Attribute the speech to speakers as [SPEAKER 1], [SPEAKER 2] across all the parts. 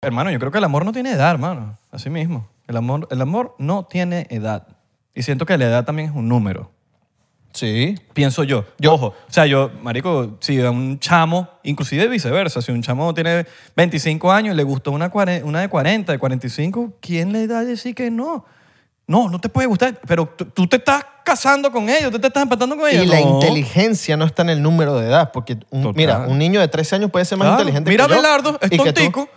[SPEAKER 1] Hermano, yo creo que el amor no tiene edad, hermano. Así mismo. El amor, el amor no tiene edad. Y siento que la edad también es un número.
[SPEAKER 2] Sí.
[SPEAKER 1] Pienso yo. yo. Ojo. O sea, yo, marico, si a un chamo, inclusive viceversa, si un chamo tiene 25 años y le gustó una, cuare- una de 40, de 45, ¿quién le da a decir que no? No, no te puede gustar, pero tú- tú te estás casando con ellos, tú te estás empatando con ellos.
[SPEAKER 2] Y la
[SPEAKER 1] No.
[SPEAKER 2] inteligencia no está en el número de edad, porque un-
[SPEAKER 1] Total.
[SPEAKER 2] mira, un niño de 13 años puede ser más
[SPEAKER 1] Claro.
[SPEAKER 2] inteligente
[SPEAKER 1] Mira
[SPEAKER 2] que yo.
[SPEAKER 1] Abelardo, es
[SPEAKER 2] y que tú.
[SPEAKER 1] tontico.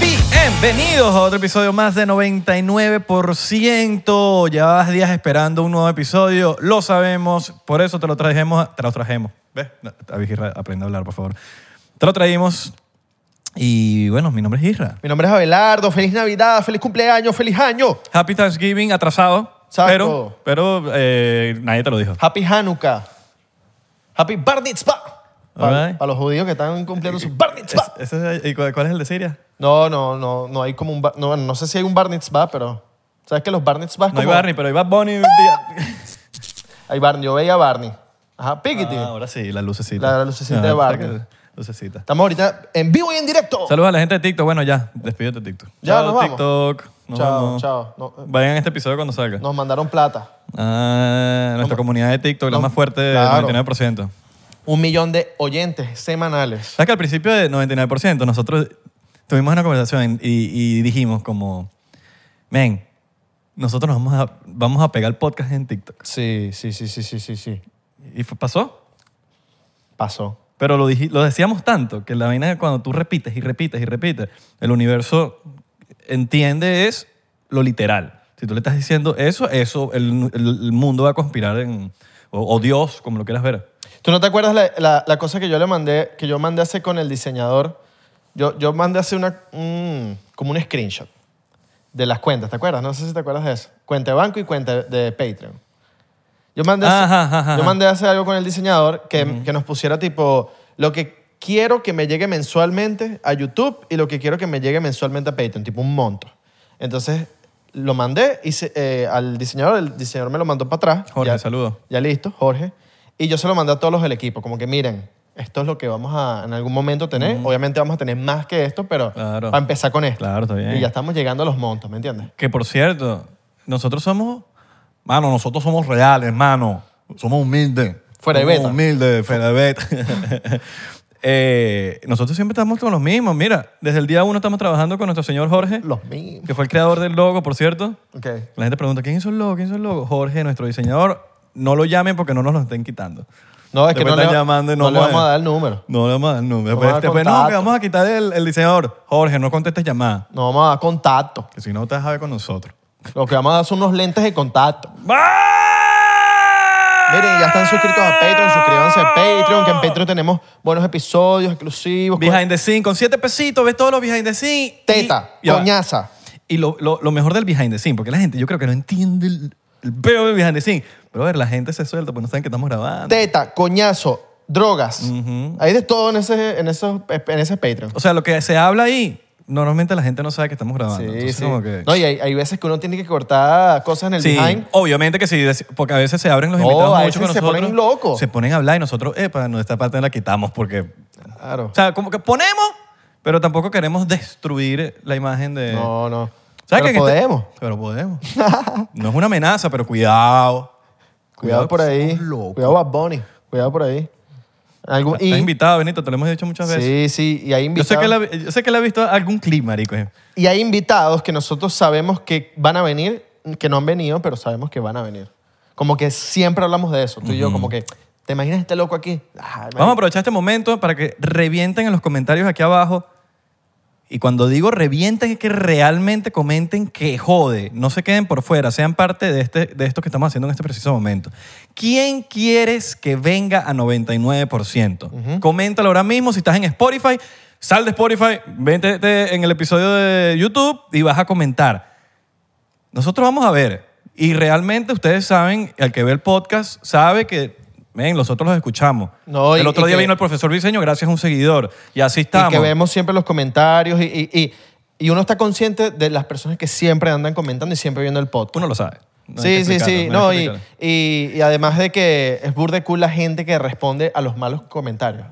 [SPEAKER 1] Bienvenidos a otro episodio más de 99%. Llevabas días esperando un nuevo episodio, lo sabemos, por eso te lo trajimos, te lo trajimos. ¿Ves? No, a ver, Isra, aprende a hablar, por favor. Te lo traímos y bueno, mi nombre es Isra.
[SPEAKER 2] Mi nombre es Abelardo, feliz Navidad, feliz cumpleaños, feliz año.
[SPEAKER 1] Happy Thanksgiving atrasado,
[SPEAKER 2] Exacto.
[SPEAKER 1] pero, pero eh, nadie te lo dijo.
[SPEAKER 2] Happy Hanukkah. Happy Bar Mitzvah. Para
[SPEAKER 1] Alright.
[SPEAKER 2] los judíos que están cumpliendo su Bar Mitzvah.
[SPEAKER 1] Es- ese es- ¿y cuál cuál es el de Siria?
[SPEAKER 2] No, no, no, no hay como un bar, no, bueno, no sé si hay un Bar Mitzvah, pero sabes que los Bar Mitzvah
[SPEAKER 1] No hay
[SPEAKER 2] como-
[SPEAKER 1] Barney, pero hay Bad Bunny. un día.
[SPEAKER 2] Hay Barney, yo veía a Barney. Ajá, Piggity.
[SPEAKER 1] Ah, ahora sí, la lucecita.
[SPEAKER 2] La- la lucecita de Barney.
[SPEAKER 1] saca- Lucecita.
[SPEAKER 2] Estamos ahorita en vivo y en directo.
[SPEAKER 1] Saludos a la gente de TikTok. Bueno, ya, despídete de TikTok.
[SPEAKER 2] Ya, nos vamos.
[SPEAKER 1] TikTok. Nos
[SPEAKER 2] Chao,
[SPEAKER 1] vamos.
[SPEAKER 2] chao. No, eh.
[SPEAKER 1] Vayan a este episodio cuando salga.
[SPEAKER 2] Nos mandaron plata.
[SPEAKER 1] Ah, nuestra comunidad de TikTok, la
[SPEAKER 2] No,
[SPEAKER 1] más fuerte del
[SPEAKER 2] claro.
[SPEAKER 1] 99%.
[SPEAKER 2] un millón de oyentes semanales.
[SPEAKER 1] ¿Sabes que al principio de 99% nosotros tuvimos una conversación y, y dijimos como, men, nosotros nos vamos a, vamos a pegar el podcast en TikTok.
[SPEAKER 2] Sí, sí, sí, sí, sí, sí, sí.
[SPEAKER 1] Y fue- pasó.
[SPEAKER 2] Pasó.
[SPEAKER 1] Pero lo, dij- lo decíamos tanto que la vaina de cuando tú repites y repites y repites, el universo entiende es lo literal. Si tú le estás diciendo eso, eso, el, el- el mundo va a conspirar en. O, o Dios, como lo quieras ver.
[SPEAKER 2] ¿Tú no te acuerdas la, la- la cosa que yo le mandé, que yo mandé hace con el diseñador? Yo, yo mandé hace una, un- como un screenshot de las cuentas, ¿te acuerdas? No sé si te acuerdas de eso. Cuenta de banco y cuenta de Patreon. Yo mandé, hace,
[SPEAKER 1] Ajá, ajá, ajá.
[SPEAKER 2] yo mandé hace algo con el diseñador que, que nos pusiera tipo lo que quiero que me llegue mensualmente a YouTube y lo que quiero que me llegue mensualmente a Patreon, tipo un monto. Entonces lo mandé y se- eh, al diseñador, el diseñador me lo mandó para atrás.
[SPEAKER 1] Jorge,
[SPEAKER 2] Ya-
[SPEAKER 1] saludos.
[SPEAKER 2] ya listo, Jorge. Y yo se lo mandé a todos los del equipo, como que miren, esto es lo que vamos a en algún momento tener. Obviamente vamos a tener más que esto, pero
[SPEAKER 1] Claro.
[SPEAKER 2] para empezar con esto.
[SPEAKER 1] Claro, está bien.
[SPEAKER 2] Y ya estamos llegando a los montos, ¿me entiendes?
[SPEAKER 1] Que por cierto, nosotros somos. Mano, nosotros somos reales, mano. Somos humildes.
[SPEAKER 2] Fuera de
[SPEAKER 1] Somos
[SPEAKER 2] beta.
[SPEAKER 1] Humildes, fuera de beta. Eh, nosotros siempre estamos con los mismos. Mira, desde el día uno estamos trabajando con nuestro señor Jorge,
[SPEAKER 2] Los mismos.
[SPEAKER 1] que fue el creador del logo, por cierto.
[SPEAKER 2] Ok.
[SPEAKER 1] La gente pregunta, ¿quién hizo el logo? ¿Quién hizo el logo? Jorge, nuestro diseñador. No lo llamen porque no nos lo estén quitando.
[SPEAKER 2] No, es que
[SPEAKER 1] Después
[SPEAKER 2] no le,
[SPEAKER 1] están llamando y no
[SPEAKER 2] no le
[SPEAKER 1] pueden.
[SPEAKER 2] vamos a dar el número.
[SPEAKER 1] No le vamos a dar número. Después,
[SPEAKER 2] Vamos a dar
[SPEAKER 1] después, no,
[SPEAKER 2] contacto.
[SPEAKER 1] que vamos a quitar el, el diseñador. Jorge, no contestes llamadas.
[SPEAKER 2] No vamos a dar contacto.
[SPEAKER 1] Que si no, te vas a ver con nosotros.
[SPEAKER 2] Lo que vamos a dar son unos lentes de contacto. Miren, ya están suscritos a Patreon, suscríbanse a Patreon, que en Patreon tenemos buenos episodios exclusivos. con-
[SPEAKER 1] Behind the scene, con siete pesitos, ves todos los behind the scene.
[SPEAKER 2] Teta,
[SPEAKER 1] Y, ya va.
[SPEAKER 2] coñaza.
[SPEAKER 1] Y lo, lo- lo mejor del behind the scene, porque la gente yo creo que no entiende el, el peo del behind the scene. Pero a ver, la gente se suelta porque no saben que estamos grabando.
[SPEAKER 2] Teta, coñazo, drogas. Hay de todo en ese, en esos, en ese Patreon.
[SPEAKER 1] O sea, lo que se habla ahí, normalmente la gente no sabe que estamos grabando.
[SPEAKER 2] Sí,
[SPEAKER 1] Entonces,
[SPEAKER 2] sí.
[SPEAKER 1] como que-
[SPEAKER 2] No, y hay, hay veces que uno tiene que cortar cosas en el
[SPEAKER 1] Sí,
[SPEAKER 2] behind.
[SPEAKER 1] obviamente que sí, deci- porque a veces se abren los
[SPEAKER 2] No,
[SPEAKER 1] invitados
[SPEAKER 2] a
[SPEAKER 1] mucho
[SPEAKER 2] veces
[SPEAKER 1] con
[SPEAKER 2] se
[SPEAKER 1] nosotros.
[SPEAKER 2] ponen locos.
[SPEAKER 1] Se ponen a hablar y nosotros, epa, no, esta parte la quitamos porque...
[SPEAKER 2] Claro.
[SPEAKER 1] O sea, como que ponemos, pero tampoco queremos destruir la imagen de...
[SPEAKER 2] No, no.
[SPEAKER 1] ¿Sabes
[SPEAKER 2] Pero
[SPEAKER 1] que en este-
[SPEAKER 2] podemos.
[SPEAKER 1] Pero podemos. no es una amenaza, pero cuidado.
[SPEAKER 2] Cuidado por
[SPEAKER 1] que
[SPEAKER 2] ahí.
[SPEAKER 1] somos locos.
[SPEAKER 2] Cuidado Bad Bunny. Cuidado por ahí. Algún,
[SPEAKER 1] Estás
[SPEAKER 2] y,
[SPEAKER 1] invitado, Benito, te lo hemos dicho muchas veces.
[SPEAKER 2] sí, sí. Y hay
[SPEAKER 1] Yo sé,
[SPEAKER 2] invitados.
[SPEAKER 1] que la- yo sé que le ha visto algún clip, marico.
[SPEAKER 2] Y hay invitados que nosotros sabemos que van a venir, que no han venido, pero sabemos que van a venir. Como que siempre hablamos de eso, tú y yo, como que, ¿te imaginas este loco aquí? Ah,
[SPEAKER 1] Vamos a aprovechar este momento para que revienten en los comentarios aquí abajo Y cuando digo revienten es que realmente comenten que jode, no se queden por fuera, sean parte de, este, de esto que estamos haciendo en este preciso momento. ¿Quién quieres que venga a 99%? Coméntalo ahora mismo si estás en Spotify, sal de Spotify, vente te- en el episodio de YouTube y vas a comentar. Nosotros vamos a ver. Y realmente ustedes saben, el que ve el podcast sabe que, ven, nosotros los escuchamos.
[SPEAKER 2] No, y-
[SPEAKER 1] el otro
[SPEAKER 2] y
[SPEAKER 1] día
[SPEAKER 2] que-
[SPEAKER 1] vino el profesor Viseño gracias a un seguidor. Y así estamos.
[SPEAKER 2] Y que vemos siempre los comentarios y, y- y- y uno está consciente de las personas que siempre andan comentando y siempre viendo el podcast.
[SPEAKER 1] Uno lo sabe. No hay
[SPEAKER 2] sí,
[SPEAKER 1] que
[SPEAKER 2] sí,
[SPEAKER 1] explicarlo,
[SPEAKER 2] sí.
[SPEAKER 1] hay
[SPEAKER 2] No,
[SPEAKER 1] que
[SPEAKER 2] y,
[SPEAKER 1] explicarlo.
[SPEAKER 2] y- y además de que es burda de cool la gente que responde a los malos comentarios.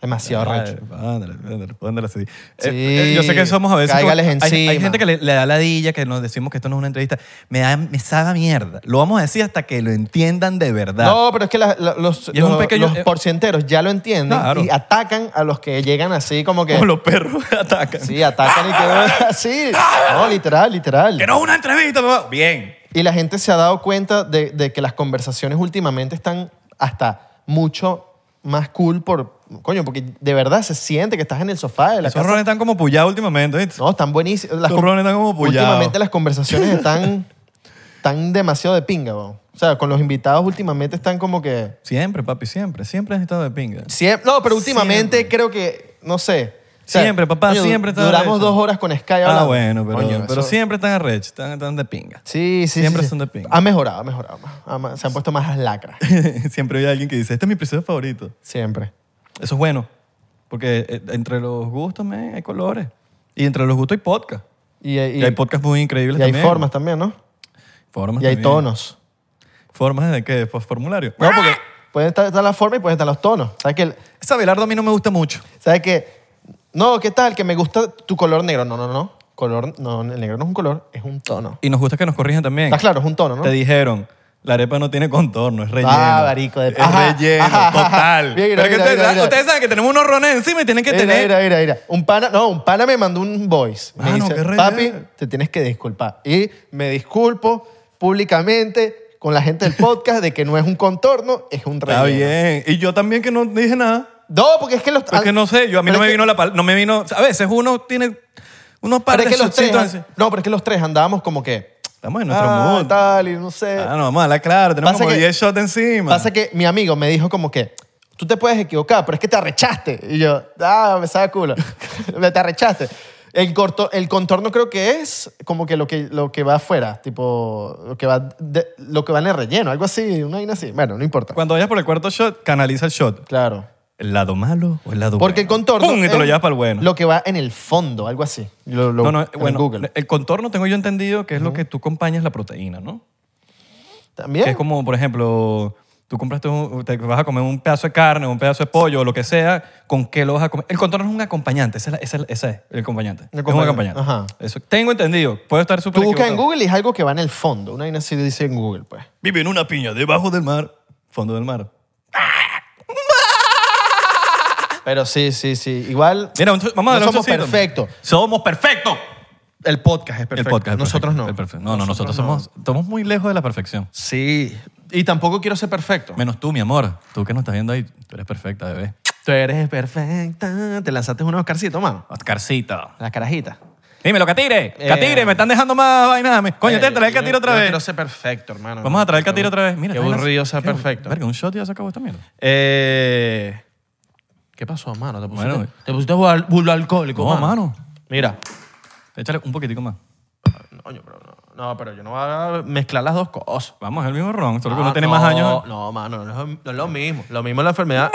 [SPEAKER 2] Demasiado recho.
[SPEAKER 1] Ándale, ándale, ándale, sí.
[SPEAKER 2] Sí,
[SPEAKER 1] Eh, eh, yo sé que somos a veces.
[SPEAKER 2] cáigales
[SPEAKER 1] como- hay, hay
[SPEAKER 2] encima.
[SPEAKER 1] gente que le, le da ladilla, que nos decimos que esto no es una entrevista. Me, da, me sabe a mierda. Lo vamos a decir hasta que lo entiendan de verdad.
[SPEAKER 2] No, pero es que la- la- los,
[SPEAKER 1] Y es un
[SPEAKER 2] los-
[SPEAKER 1] pequeño- eh,
[SPEAKER 2] los porcienteros ya lo entienden
[SPEAKER 1] Claro.
[SPEAKER 2] y atacan a los que llegan así como que...
[SPEAKER 1] Como los perros atacan.
[SPEAKER 2] Sí, atacan y que... así. No, literal, literal.
[SPEAKER 1] Que no es una entrevista, papá. Bien.
[SPEAKER 2] Y la gente se ha dado cuenta de, de que las conversaciones últimamente están hasta mucho más cool por... Coño, porque de verdad se siente que estás en el sofá de la
[SPEAKER 1] Esos
[SPEAKER 2] casa.
[SPEAKER 1] rones están como puyados últimamente. ¿viste?
[SPEAKER 2] No, están buenísimos. Las
[SPEAKER 1] Esos
[SPEAKER 2] con-
[SPEAKER 1] rones están como puyados.
[SPEAKER 2] últimamente las conversaciones están, están demasiado de pinga, weón. O sea, con los invitados últimamente están como que...
[SPEAKER 1] Siempre, papi, siempre. Siempre has estado de pinga.
[SPEAKER 2] Siem- no, pero últimamente creo que, no sé. O sea,
[SPEAKER 1] Siempre, papá,
[SPEAKER 2] coño,
[SPEAKER 1] siempre está
[SPEAKER 2] Duramos
[SPEAKER 1] arrecho.
[SPEAKER 2] dos horas con Sky
[SPEAKER 1] Ah,
[SPEAKER 2] hablando.
[SPEAKER 1] bueno, pero,
[SPEAKER 2] Coño,
[SPEAKER 1] pero
[SPEAKER 2] eso-
[SPEAKER 1] siempre están arrechos, están, están de pinga.
[SPEAKER 2] Sí, sí, sí,
[SPEAKER 1] Siempre
[SPEAKER 2] sí.
[SPEAKER 1] son de pinga.
[SPEAKER 2] Ha mejorado, ha mejorado. Ha ma- se han puesto más lacras.
[SPEAKER 1] siempre hay alguien que dice, este es mi episodio favorito.
[SPEAKER 2] Siempre.
[SPEAKER 1] Eso es bueno, porque eh, entre los gustos man, hay colores. Y entre los gustos hay podcast.
[SPEAKER 2] Y, y-
[SPEAKER 1] Y, hay podcasts muy increíbles
[SPEAKER 2] y hay
[SPEAKER 1] también.
[SPEAKER 2] formas también, ¿no?
[SPEAKER 1] Formas
[SPEAKER 2] Y hay
[SPEAKER 1] también.
[SPEAKER 2] tonos.
[SPEAKER 1] ¿Formas de qué? Pues formulario.
[SPEAKER 2] No, porque pueden estar, estar las formas y pueden estar los tonos. ¿Sabes que, el-
[SPEAKER 1] Esa Belardo a mí no me gusta mucho.
[SPEAKER 2] ¿Sabes que No, ¿qué tal? Que me gusta tu color negro. No, no, no. Color, no, el negro no es un color, es un tono.
[SPEAKER 1] Y nos gusta que nos corrijan también.
[SPEAKER 2] Está claro, es un tono, ¿no?
[SPEAKER 1] Te dijeron, la arepa no tiene contorno, es relleno.
[SPEAKER 2] Ah, marico, de-
[SPEAKER 1] Es
[SPEAKER 2] Ajá,
[SPEAKER 1] relleno,
[SPEAKER 2] ajá, ajá.
[SPEAKER 1] total.
[SPEAKER 2] Mira,
[SPEAKER 1] Pero es que
[SPEAKER 2] mira,
[SPEAKER 1] ustedes,
[SPEAKER 2] mira, mira.
[SPEAKER 1] ustedes saben que tenemos unos rones encima y tienen que
[SPEAKER 2] Mira,
[SPEAKER 1] tener...
[SPEAKER 2] mira, mira, mira. Un pana, no, un pana me mandó un voice. Me
[SPEAKER 1] Mano, qué
[SPEAKER 2] dice,
[SPEAKER 1] rey
[SPEAKER 2] papi,
[SPEAKER 1] eres".
[SPEAKER 2] te tienes que disculpar. Y me disculpo públicamente con la gente del podcast de que no es un contorno, es un
[SPEAKER 1] Está
[SPEAKER 2] relleno.
[SPEAKER 1] bien. Y yo también que no dije nada.
[SPEAKER 2] No, porque es que los...
[SPEAKER 1] Porque no sé, yo a mí no
[SPEAKER 2] pero
[SPEAKER 1] me
[SPEAKER 2] es que-
[SPEAKER 1] vino la pal- no me vino, a veces uno tiene unos
[SPEAKER 2] pero
[SPEAKER 1] pares
[SPEAKER 2] es que
[SPEAKER 1] de
[SPEAKER 2] los tres,
[SPEAKER 1] síntomas.
[SPEAKER 2] No, pero es que los tres andábamos como que...
[SPEAKER 1] Estamos en nuestro
[SPEAKER 2] ah,
[SPEAKER 1] mood.
[SPEAKER 2] tal, y no sé.
[SPEAKER 1] Ah, no, vamos a hablar claro, tenemos
[SPEAKER 2] Pasa
[SPEAKER 1] como
[SPEAKER 2] que-
[SPEAKER 1] 10 shots encima.
[SPEAKER 2] Pasa que mi amigo me dijo como que, tú te puedes equivocar, pero es que te arrechaste. Y yo, ah, me sabe culo. me te arrechaste. El, corto, el contorno creo que es como que lo que, lo que va afuera, tipo, lo que va, de- lo que va en el relleno, algo así, una vaina así. Bueno, no importa.
[SPEAKER 1] Cuando vayas por el cuarto shot, canaliza el shot.
[SPEAKER 2] Claro.
[SPEAKER 1] ¿El lado malo o el lado
[SPEAKER 2] Porque el
[SPEAKER 1] bueno?
[SPEAKER 2] contorno.
[SPEAKER 1] ¡Pum! Y te
[SPEAKER 2] es
[SPEAKER 1] lo llevas para el bueno.
[SPEAKER 2] Lo que va en el fondo, algo así. Lo- lo-
[SPEAKER 1] No, no,
[SPEAKER 2] en
[SPEAKER 1] bueno,
[SPEAKER 2] Google.
[SPEAKER 1] el contorno tengo yo entendido que es lo que tú acompañas la proteína, ¿no?
[SPEAKER 2] También.
[SPEAKER 1] Que es como, por ejemplo, tú compraste un- te vas a comer un pedazo de carne, un pedazo de pollo, o lo que sea, ¿con qué lo vas a comer? El contorno es un acompañante, ese es, la- ese es, ese es el acompañante.
[SPEAKER 2] El
[SPEAKER 1] Es un
[SPEAKER 2] acompañante,
[SPEAKER 1] acompañante.
[SPEAKER 2] ajá.
[SPEAKER 1] Eso, tengo entendido, puedo estar súper
[SPEAKER 2] Tú buscas en
[SPEAKER 1] equivocado.
[SPEAKER 2] Google y es algo que va en el fondo. Una vaina así dice en Google, pues.
[SPEAKER 1] Vive en una piña debajo del mar, fondo del mar.
[SPEAKER 2] Pero sí, sí, sí. Igual.
[SPEAKER 1] Mira, un- vamos a
[SPEAKER 2] no
[SPEAKER 1] dar un
[SPEAKER 2] somos
[SPEAKER 1] chocito.
[SPEAKER 2] perfectos.
[SPEAKER 1] Somos perfectos.
[SPEAKER 2] El podcast es perfecto.
[SPEAKER 1] El podcast. es
[SPEAKER 2] Nosotros
[SPEAKER 1] perfecto,
[SPEAKER 2] no.
[SPEAKER 1] el perfecto. No, no, nosotros, somos, estamos muy lejos de la perfección.
[SPEAKER 2] Sí. Y tampoco quiero ser perfecto.
[SPEAKER 1] Menos tú, mi amor. Tú que nos estás viendo ahí, tú eres perfecta, bebé.
[SPEAKER 2] Tú eres perfecta. Te lanzaste un Oscarcito, mano.
[SPEAKER 1] Oscarcita.
[SPEAKER 2] La carajita.
[SPEAKER 1] Dímelo, Catire.
[SPEAKER 2] Eh,
[SPEAKER 1] Catire, me están dejando más vainas a mí. Coño, te trae el Catire otra vez.
[SPEAKER 2] Quiero ser perfecto, hermano.
[SPEAKER 1] Vamos a traer el Catire otra vez. Mira,
[SPEAKER 2] Qué
[SPEAKER 1] está en la-
[SPEAKER 2] aburrido ser
[SPEAKER 1] Qué aburrido.
[SPEAKER 2] perfecto.
[SPEAKER 1] Verga, un shot y ya se acabó esta mierda.
[SPEAKER 2] Eh, ¿Qué pasó, mano? ¿Te pusiste,
[SPEAKER 1] Bueno.
[SPEAKER 2] te pusiste bul- bulo alcohólico,
[SPEAKER 1] No, mano.
[SPEAKER 2] Mira.
[SPEAKER 1] Échale un poquitico más.
[SPEAKER 2] No, yo, pero no, no, pero yo no voy a mezclar las dos cosas.
[SPEAKER 1] Vamos, es el mismo ron, solo que uno
[SPEAKER 2] Ah,
[SPEAKER 1] tiene
[SPEAKER 2] no,
[SPEAKER 1] más años.
[SPEAKER 2] No, mano, no es, no es lo mismo. Lo mismo es la enfermedad.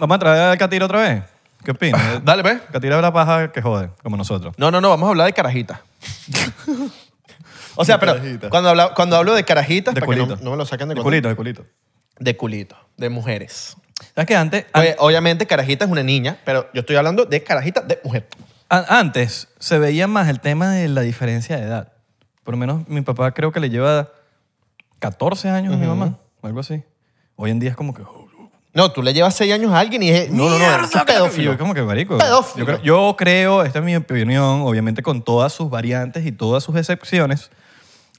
[SPEAKER 1] Vamos a traer al Catire otra vez. ¿Qué opinas?
[SPEAKER 2] Dale, pues. ve.
[SPEAKER 1] Catire es la paja que jode, como nosotros.
[SPEAKER 2] No, no, no, vamos a hablar de carajitas. o sea,
[SPEAKER 1] De
[SPEAKER 2] pero
[SPEAKER 1] carajitas.
[SPEAKER 2] cuando, habla- cuando hablo de carajitas,
[SPEAKER 1] De
[SPEAKER 2] para que no,
[SPEAKER 1] culito.
[SPEAKER 2] no me lo saquen de,
[SPEAKER 1] De culito,
[SPEAKER 2] contexto.
[SPEAKER 1] de culito.
[SPEAKER 2] De culito, de mujeres.
[SPEAKER 1] ¿Sabes que antes,
[SPEAKER 2] Oye, obviamente, carajita es una niña, pero yo estoy hablando de carajita de mujer.
[SPEAKER 1] A- Antes se veía más el tema de la diferencia de edad. Por lo menos mi papá creo que le lleva 14 años a mi mamá, o algo así. Hoy en día es como que... oh,
[SPEAKER 2] No, tú le llevas seis años a alguien y es. No, no, no,
[SPEAKER 1] mierda,
[SPEAKER 2] es un
[SPEAKER 1] creo que-
[SPEAKER 2] pedófilo.
[SPEAKER 1] Yo como que marico. Yo
[SPEAKER 2] Pedófilo.
[SPEAKER 1] creo, yo creo, esta es mi opinión, obviamente con todas sus variantes y todas sus excepciones.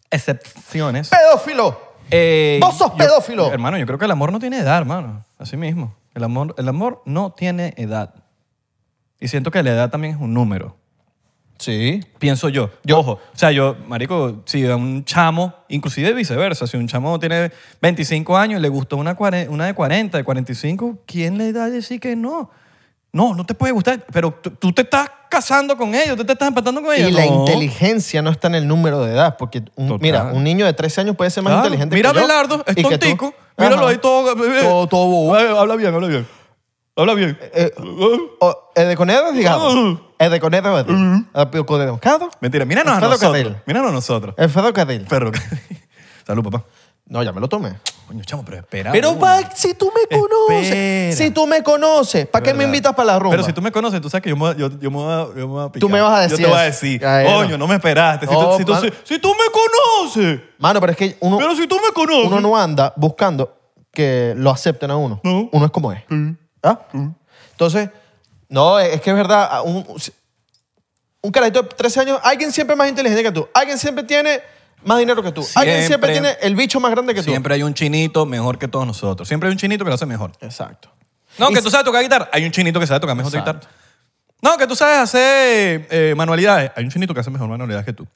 [SPEAKER 1] Excepciones.
[SPEAKER 2] ¡Pedófilo!
[SPEAKER 1] Eh,
[SPEAKER 2] ¡Vos sos
[SPEAKER 1] yo-
[SPEAKER 2] pedófilo!
[SPEAKER 1] hermano, yo creo que el amor no tiene edad, hermano. Así mismo. El amor, el amor no tiene edad. Y siento que la edad también es un número.
[SPEAKER 2] Sí.
[SPEAKER 1] Pienso yo.
[SPEAKER 2] Yo-
[SPEAKER 1] Ojo, o sea, yo, marico, si a un chamo, inclusive viceversa, si un chamo tiene 25 años y le gustó una, cuare- una de 40, de 45, ¿quién le da a decir que no? No, no te puede gustar, pero tú- tú te estás casando con ellos, tú te estás empatando con ellos.
[SPEAKER 2] Y la
[SPEAKER 1] No.
[SPEAKER 2] inteligencia no está en el número de edad, porque un-
[SPEAKER 1] Total.
[SPEAKER 2] mira, un niño de 13 años puede ser más
[SPEAKER 1] Claro.
[SPEAKER 2] inteligente
[SPEAKER 1] Mira
[SPEAKER 2] que
[SPEAKER 1] a
[SPEAKER 2] yo.
[SPEAKER 1] Belardo,
[SPEAKER 2] y
[SPEAKER 1] es
[SPEAKER 2] que tú.
[SPEAKER 1] tontico.
[SPEAKER 2] Ajá.
[SPEAKER 1] Míralo ahí todo.
[SPEAKER 2] Todo- todo bobo.
[SPEAKER 1] Eh, Habla bien, habla bien. Habla bien.
[SPEAKER 2] Eh, o- Edeconeda, digamos. Edeconeda, Edeconeda.
[SPEAKER 1] Oh. Mm. Mentira, míranos a
[SPEAKER 2] Alfredo
[SPEAKER 1] nosotros.
[SPEAKER 2] Carril.
[SPEAKER 1] Míranos a nosotros.
[SPEAKER 2] Alfredo Cadil.
[SPEAKER 1] Perro. Salud, papá.
[SPEAKER 2] No, ya me lo tomé.
[SPEAKER 1] Coño, chamo, pero espera.
[SPEAKER 2] Pero
[SPEAKER 1] uno.
[SPEAKER 2] pa- si tú me conoces,
[SPEAKER 1] Espera.
[SPEAKER 2] si tú me conoces, ¿para qué me
[SPEAKER 1] verdad.
[SPEAKER 2] invitas para la rumba?
[SPEAKER 1] Pero si tú me conoces, tú sabes que yo me, yo, yo me, voy a- yo me voy a picar.
[SPEAKER 2] Tú me vas a decir
[SPEAKER 1] Yo te voy a
[SPEAKER 2] eso.
[SPEAKER 1] decir,
[SPEAKER 2] Ya, ya,
[SPEAKER 1] coño,
[SPEAKER 2] no.
[SPEAKER 1] no me esperaste. Si,
[SPEAKER 2] No,
[SPEAKER 1] tú, si, tú,
[SPEAKER 2] man.
[SPEAKER 1] si, si tú me conoces.
[SPEAKER 2] Mano, pero es que uno,
[SPEAKER 1] Pero si tú me conoces.
[SPEAKER 2] uno no anda buscando que lo acepten a uno.
[SPEAKER 1] No.
[SPEAKER 2] Uno es como es. ¿Ah? Entonces, no, es que es verdad. a Un, un carajito de 13 años, alguien siempre es más inteligente que tú. Alguien siempre tiene más dinero que tú. Alguien siempre
[SPEAKER 1] Siempre.
[SPEAKER 2] tiene el bicho más grande que tú.
[SPEAKER 1] Siempre hay un chinito mejor que todos nosotros. Siempre hay un chinito que lo hace mejor.
[SPEAKER 2] Exacto.
[SPEAKER 1] No,
[SPEAKER 2] Y
[SPEAKER 1] que
[SPEAKER 2] si-
[SPEAKER 1] tú sabes tocar guitarra. Hay un chinito que sabe tocar mejor
[SPEAKER 2] Exacto.
[SPEAKER 1] guitarra. No, que tú sabes hacer eh, manualidades. Hay un chinito que hace mejor manualidades que tú.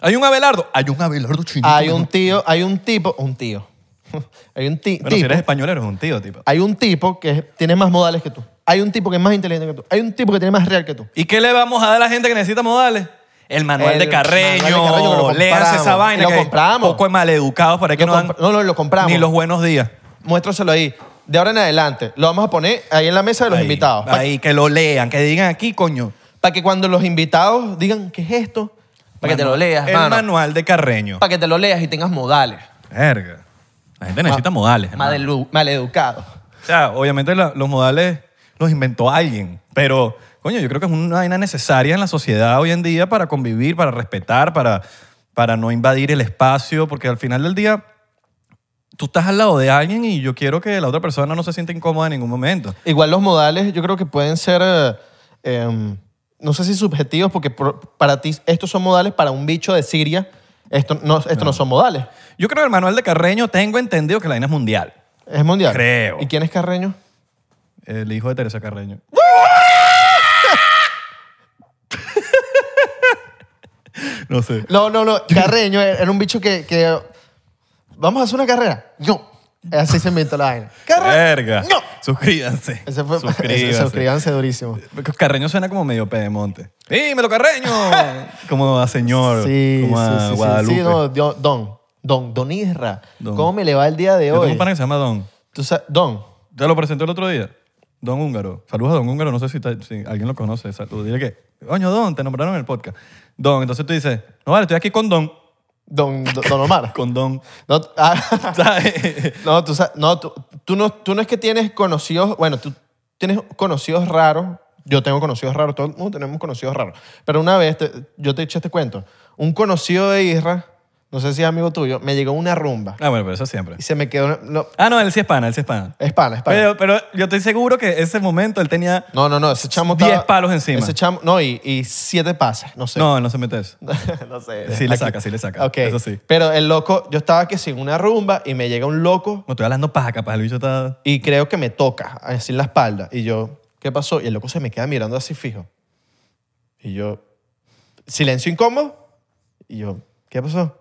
[SPEAKER 1] Hay un Abelardo. Hay un Abelardo chinito.
[SPEAKER 2] Hay
[SPEAKER 1] mejor.
[SPEAKER 2] un tío, hay un tipo, un tío. hay un ti-
[SPEAKER 1] Bueno, si
[SPEAKER 2] tipo.
[SPEAKER 1] eres español, eres un tío, tipo.
[SPEAKER 2] Hay un tipo que tiene más modales que tú. Hay un tipo que es más inteligente que tú. Hay un tipo que tiene más real que tú.
[SPEAKER 1] ¿Y qué le vamos a dar a la gente que necesita modales? El manual
[SPEAKER 2] El
[SPEAKER 1] de Carreño.
[SPEAKER 2] manual de Carreño que lo compramos.
[SPEAKER 1] Léanse esa vaina.
[SPEAKER 2] Lo
[SPEAKER 1] que
[SPEAKER 2] compramos.
[SPEAKER 1] Poco de maleducados para que
[SPEAKER 2] Lo
[SPEAKER 1] no dan
[SPEAKER 2] compra- no, no, lo compramos.
[SPEAKER 1] Ni los buenos días.
[SPEAKER 2] Muéstraselo ahí. De ahora en adelante, lo vamos a poner ahí en la mesa de los
[SPEAKER 1] Ahí,
[SPEAKER 2] invitados. Para
[SPEAKER 1] Ahí, que lo lean, que digan aquí, coño.
[SPEAKER 2] que cuando los invitados digan, ¿qué es esto? Para que te lo
[SPEAKER 1] Manual-
[SPEAKER 2] leas,
[SPEAKER 1] El manual de Carreño.
[SPEAKER 2] Para que te lo leas y tengas modales.
[SPEAKER 1] Verga. La gente necesita modales. hermano.
[SPEAKER 2] Madelu- Maleducado.
[SPEAKER 1] O sea, obviamente la- los modales los inventó alguien, pero coño, yo creo que es una vaina necesaria en la sociedad hoy en día para convivir, para respetar, para, para no invadir el espacio, porque al final del día tú estás al lado de alguien y yo quiero que la otra persona no se sienta incómoda en ningún momento.
[SPEAKER 2] Igual los modales yo creo que pueden ser, eh, em, no sé si subjetivos, porque por- para ti estos son modales, para un bicho de Siria, esto no, esto
[SPEAKER 1] Ah.
[SPEAKER 2] no. son modales.
[SPEAKER 1] Yo creo que el manual de Carreño tengo entendido que la vaina es mundial.
[SPEAKER 2] Es mundial.
[SPEAKER 1] Creo.
[SPEAKER 2] ¿Y quién es Carreño?
[SPEAKER 1] El hijo de Teresa Carreño. no sé.
[SPEAKER 2] No, no, no. Carreño era un bicho que, que- Vamos a hacer una carrera. No. Así se inventó la vaina. Carrera.
[SPEAKER 1] Verga.
[SPEAKER 2] No.
[SPEAKER 1] Suscríbanse.
[SPEAKER 2] Ese fue.
[SPEAKER 1] Suscríbanse.
[SPEAKER 2] Suscríbanse durísimo.
[SPEAKER 1] Carreño suena como medio pedemonte. ¡Dímelo, Carreño! como a señor,
[SPEAKER 2] Sí,
[SPEAKER 1] como
[SPEAKER 2] sí,
[SPEAKER 1] a
[SPEAKER 2] sí, sí.
[SPEAKER 1] Guadalupe.
[SPEAKER 2] Sí, no, Don, Don, Don, Don Isra.
[SPEAKER 1] Don.
[SPEAKER 2] ¿Cómo me le va el día de
[SPEAKER 1] Yo tengo
[SPEAKER 2] hoy?
[SPEAKER 1] un pana que se llama Don.
[SPEAKER 2] Tú sa- Don,
[SPEAKER 1] Ya lo presenté el otro día. Don Húngaro. Saludos a Don Húngaro. No sé si, está- si alguien lo conoce. Saludos. Dile que, coño, Don, te nombraron en el podcast. Don, entonces tú dices, no vale, estoy aquí con Don.
[SPEAKER 2] Don, Don, Don Omar.
[SPEAKER 1] Con Don.
[SPEAKER 2] No, t- ah,
[SPEAKER 1] ¿Sabes?
[SPEAKER 2] no, tú, sa- no, tú, tú no, tú no es que tienes conocidos, bueno, tú tienes conocidos raros. Yo tengo conocidos raros, todos no, tenemos conocidos raros. Pero una vez, te- yo te eché este cuento. Un conocido de Isra, no sé si es amigo tuyo, me llegó una rumba
[SPEAKER 1] Ah, bueno, pero eso siempre.
[SPEAKER 2] y se me quedó. No,
[SPEAKER 1] Ah, no, él sí es pana, él sí es pana.
[SPEAKER 2] es pana, es pana.
[SPEAKER 1] Pero, pero yo estoy seguro que ese momento él tenía...
[SPEAKER 2] no, no, no, ese chamo
[SPEAKER 1] Diez
[SPEAKER 2] estaba-
[SPEAKER 1] palos encima.
[SPEAKER 2] Ese chamo, no, y, y siete pases, no sé.
[SPEAKER 1] No, él no se mete eso.
[SPEAKER 2] no sé.
[SPEAKER 1] Sí le
[SPEAKER 2] Aquí.
[SPEAKER 1] saca, sí le saca.
[SPEAKER 2] Ok.
[SPEAKER 1] Eso sí.
[SPEAKER 2] Pero el loco, yo estaba que sin una rumba y me llega un loco
[SPEAKER 1] No estoy hablando paja, capaz el bicho está...
[SPEAKER 2] y creo que me toca, así en la espalda. Y yo, ¿qué pasó? Y el loco se me queda mirando así fijo. Y yo, silencio incómodo. Y yo, ¿qué pasó?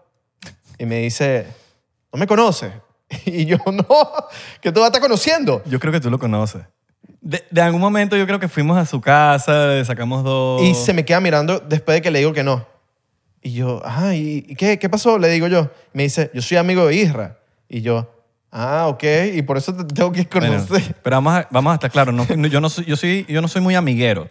[SPEAKER 2] Y me dice, ¿no me conoces? Y yo, no, que tú vas a estar conociendo.
[SPEAKER 1] Yo creo que tú lo conoces. De, de algún momento yo creo que fuimos a su casa, le sacamos dos...
[SPEAKER 2] Y se me queda mirando después de que le digo que no. Y yo, ajá, ¿y y qué, qué pasó? Le digo yo. Me dice, yo soy amigo de Isra. Y yo, ah, ok, y por eso te tengo que
[SPEAKER 1] Bueno,
[SPEAKER 2] conocer.
[SPEAKER 1] pero vamos a, vamos a estar claros. no- no, yo, no soy, yo, soy, yo no soy muy amiguero.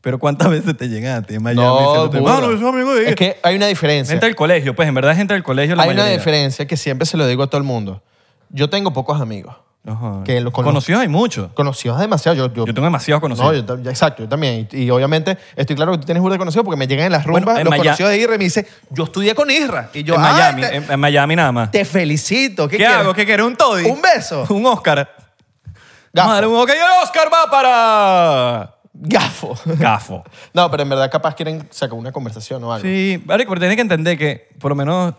[SPEAKER 1] Pero ¿cuántas veces te llegan a ti en Miami diciéndote,
[SPEAKER 2] burda.
[SPEAKER 1] "Mano, Ah, yo soy amigo de
[SPEAKER 2] Es
[SPEAKER 1] ella"?
[SPEAKER 2] que hay una diferencia.
[SPEAKER 1] Gente del colegio, pues en verdad es gente del colegio la
[SPEAKER 2] hay una
[SPEAKER 1] mayoría.
[SPEAKER 2] diferencia que siempre se lo digo a todo el mundo. Yo tengo pocos amigos.
[SPEAKER 1] Ajá.
[SPEAKER 2] que lo cono-
[SPEAKER 1] Conocidos hay muchos.
[SPEAKER 2] Conocidos demasiado. Yo, yo,
[SPEAKER 1] Yo tengo demasiados
[SPEAKER 2] no,
[SPEAKER 1] conocidos.
[SPEAKER 2] yo tam- exacto, yo también. Y, y obviamente estoy claro que tú tienes burda de conocidos porque me llegan en las
[SPEAKER 1] Bueno,
[SPEAKER 2] rumbas
[SPEAKER 1] en
[SPEAKER 2] los
[SPEAKER 1] Maya-
[SPEAKER 2] conocidos de Isra y me dicen, yo estudié con Isra. Y yo,
[SPEAKER 1] en
[SPEAKER 2] "Ay,
[SPEAKER 1] Miami,
[SPEAKER 2] te,
[SPEAKER 1] en, en Miami nada más.
[SPEAKER 2] te felicito. ¿Qué,
[SPEAKER 1] ¿Qué
[SPEAKER 2] quieres?
[SPEAKER 1] hago? ¿Qué quieres? ¿Un toddy?
[SPEAKER 2] ¿Un beso?
[SPEAKER 1] Un Oscar.
[SPEAKER 2] Gafo.
[SPEAKER 1] Vamos a darle un ok. El Oscar va para...
[SPEAKER 2] Gafo.
[SPEAKER 1] Gafo.
[SPEAKER 2] No, pero en verdad capaz quieren sacar una conversación o algo.
[SPEAKER 1] Sí, vale, pero tienes que entender que, por lo menos,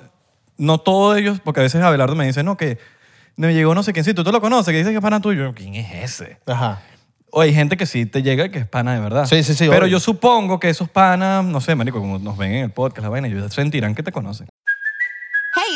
[SPEAKER 1] no todos ellos, porque a veces Abelardo me dice, no, que me llegó no sé quién, si tú, tú lo conoces, que dices que es pana tuyo. Yo, ¿Quién es ese?
[SPEAKER 2] Ajá.
[SPEAKER 1] O hay gente que sí te llega que es pana de verdad.
[SPEAKER 2] Sí, sí, sí,
[SPEAKER 1] Pero
[SPEAKER 2] obvio.
[SPEAKER 1] yo supongo que esos panas, no sé, marico, como nos ven en el podcast, la vaina, ellos sentirán que te conocen.
[SPEAKER 3] Hey,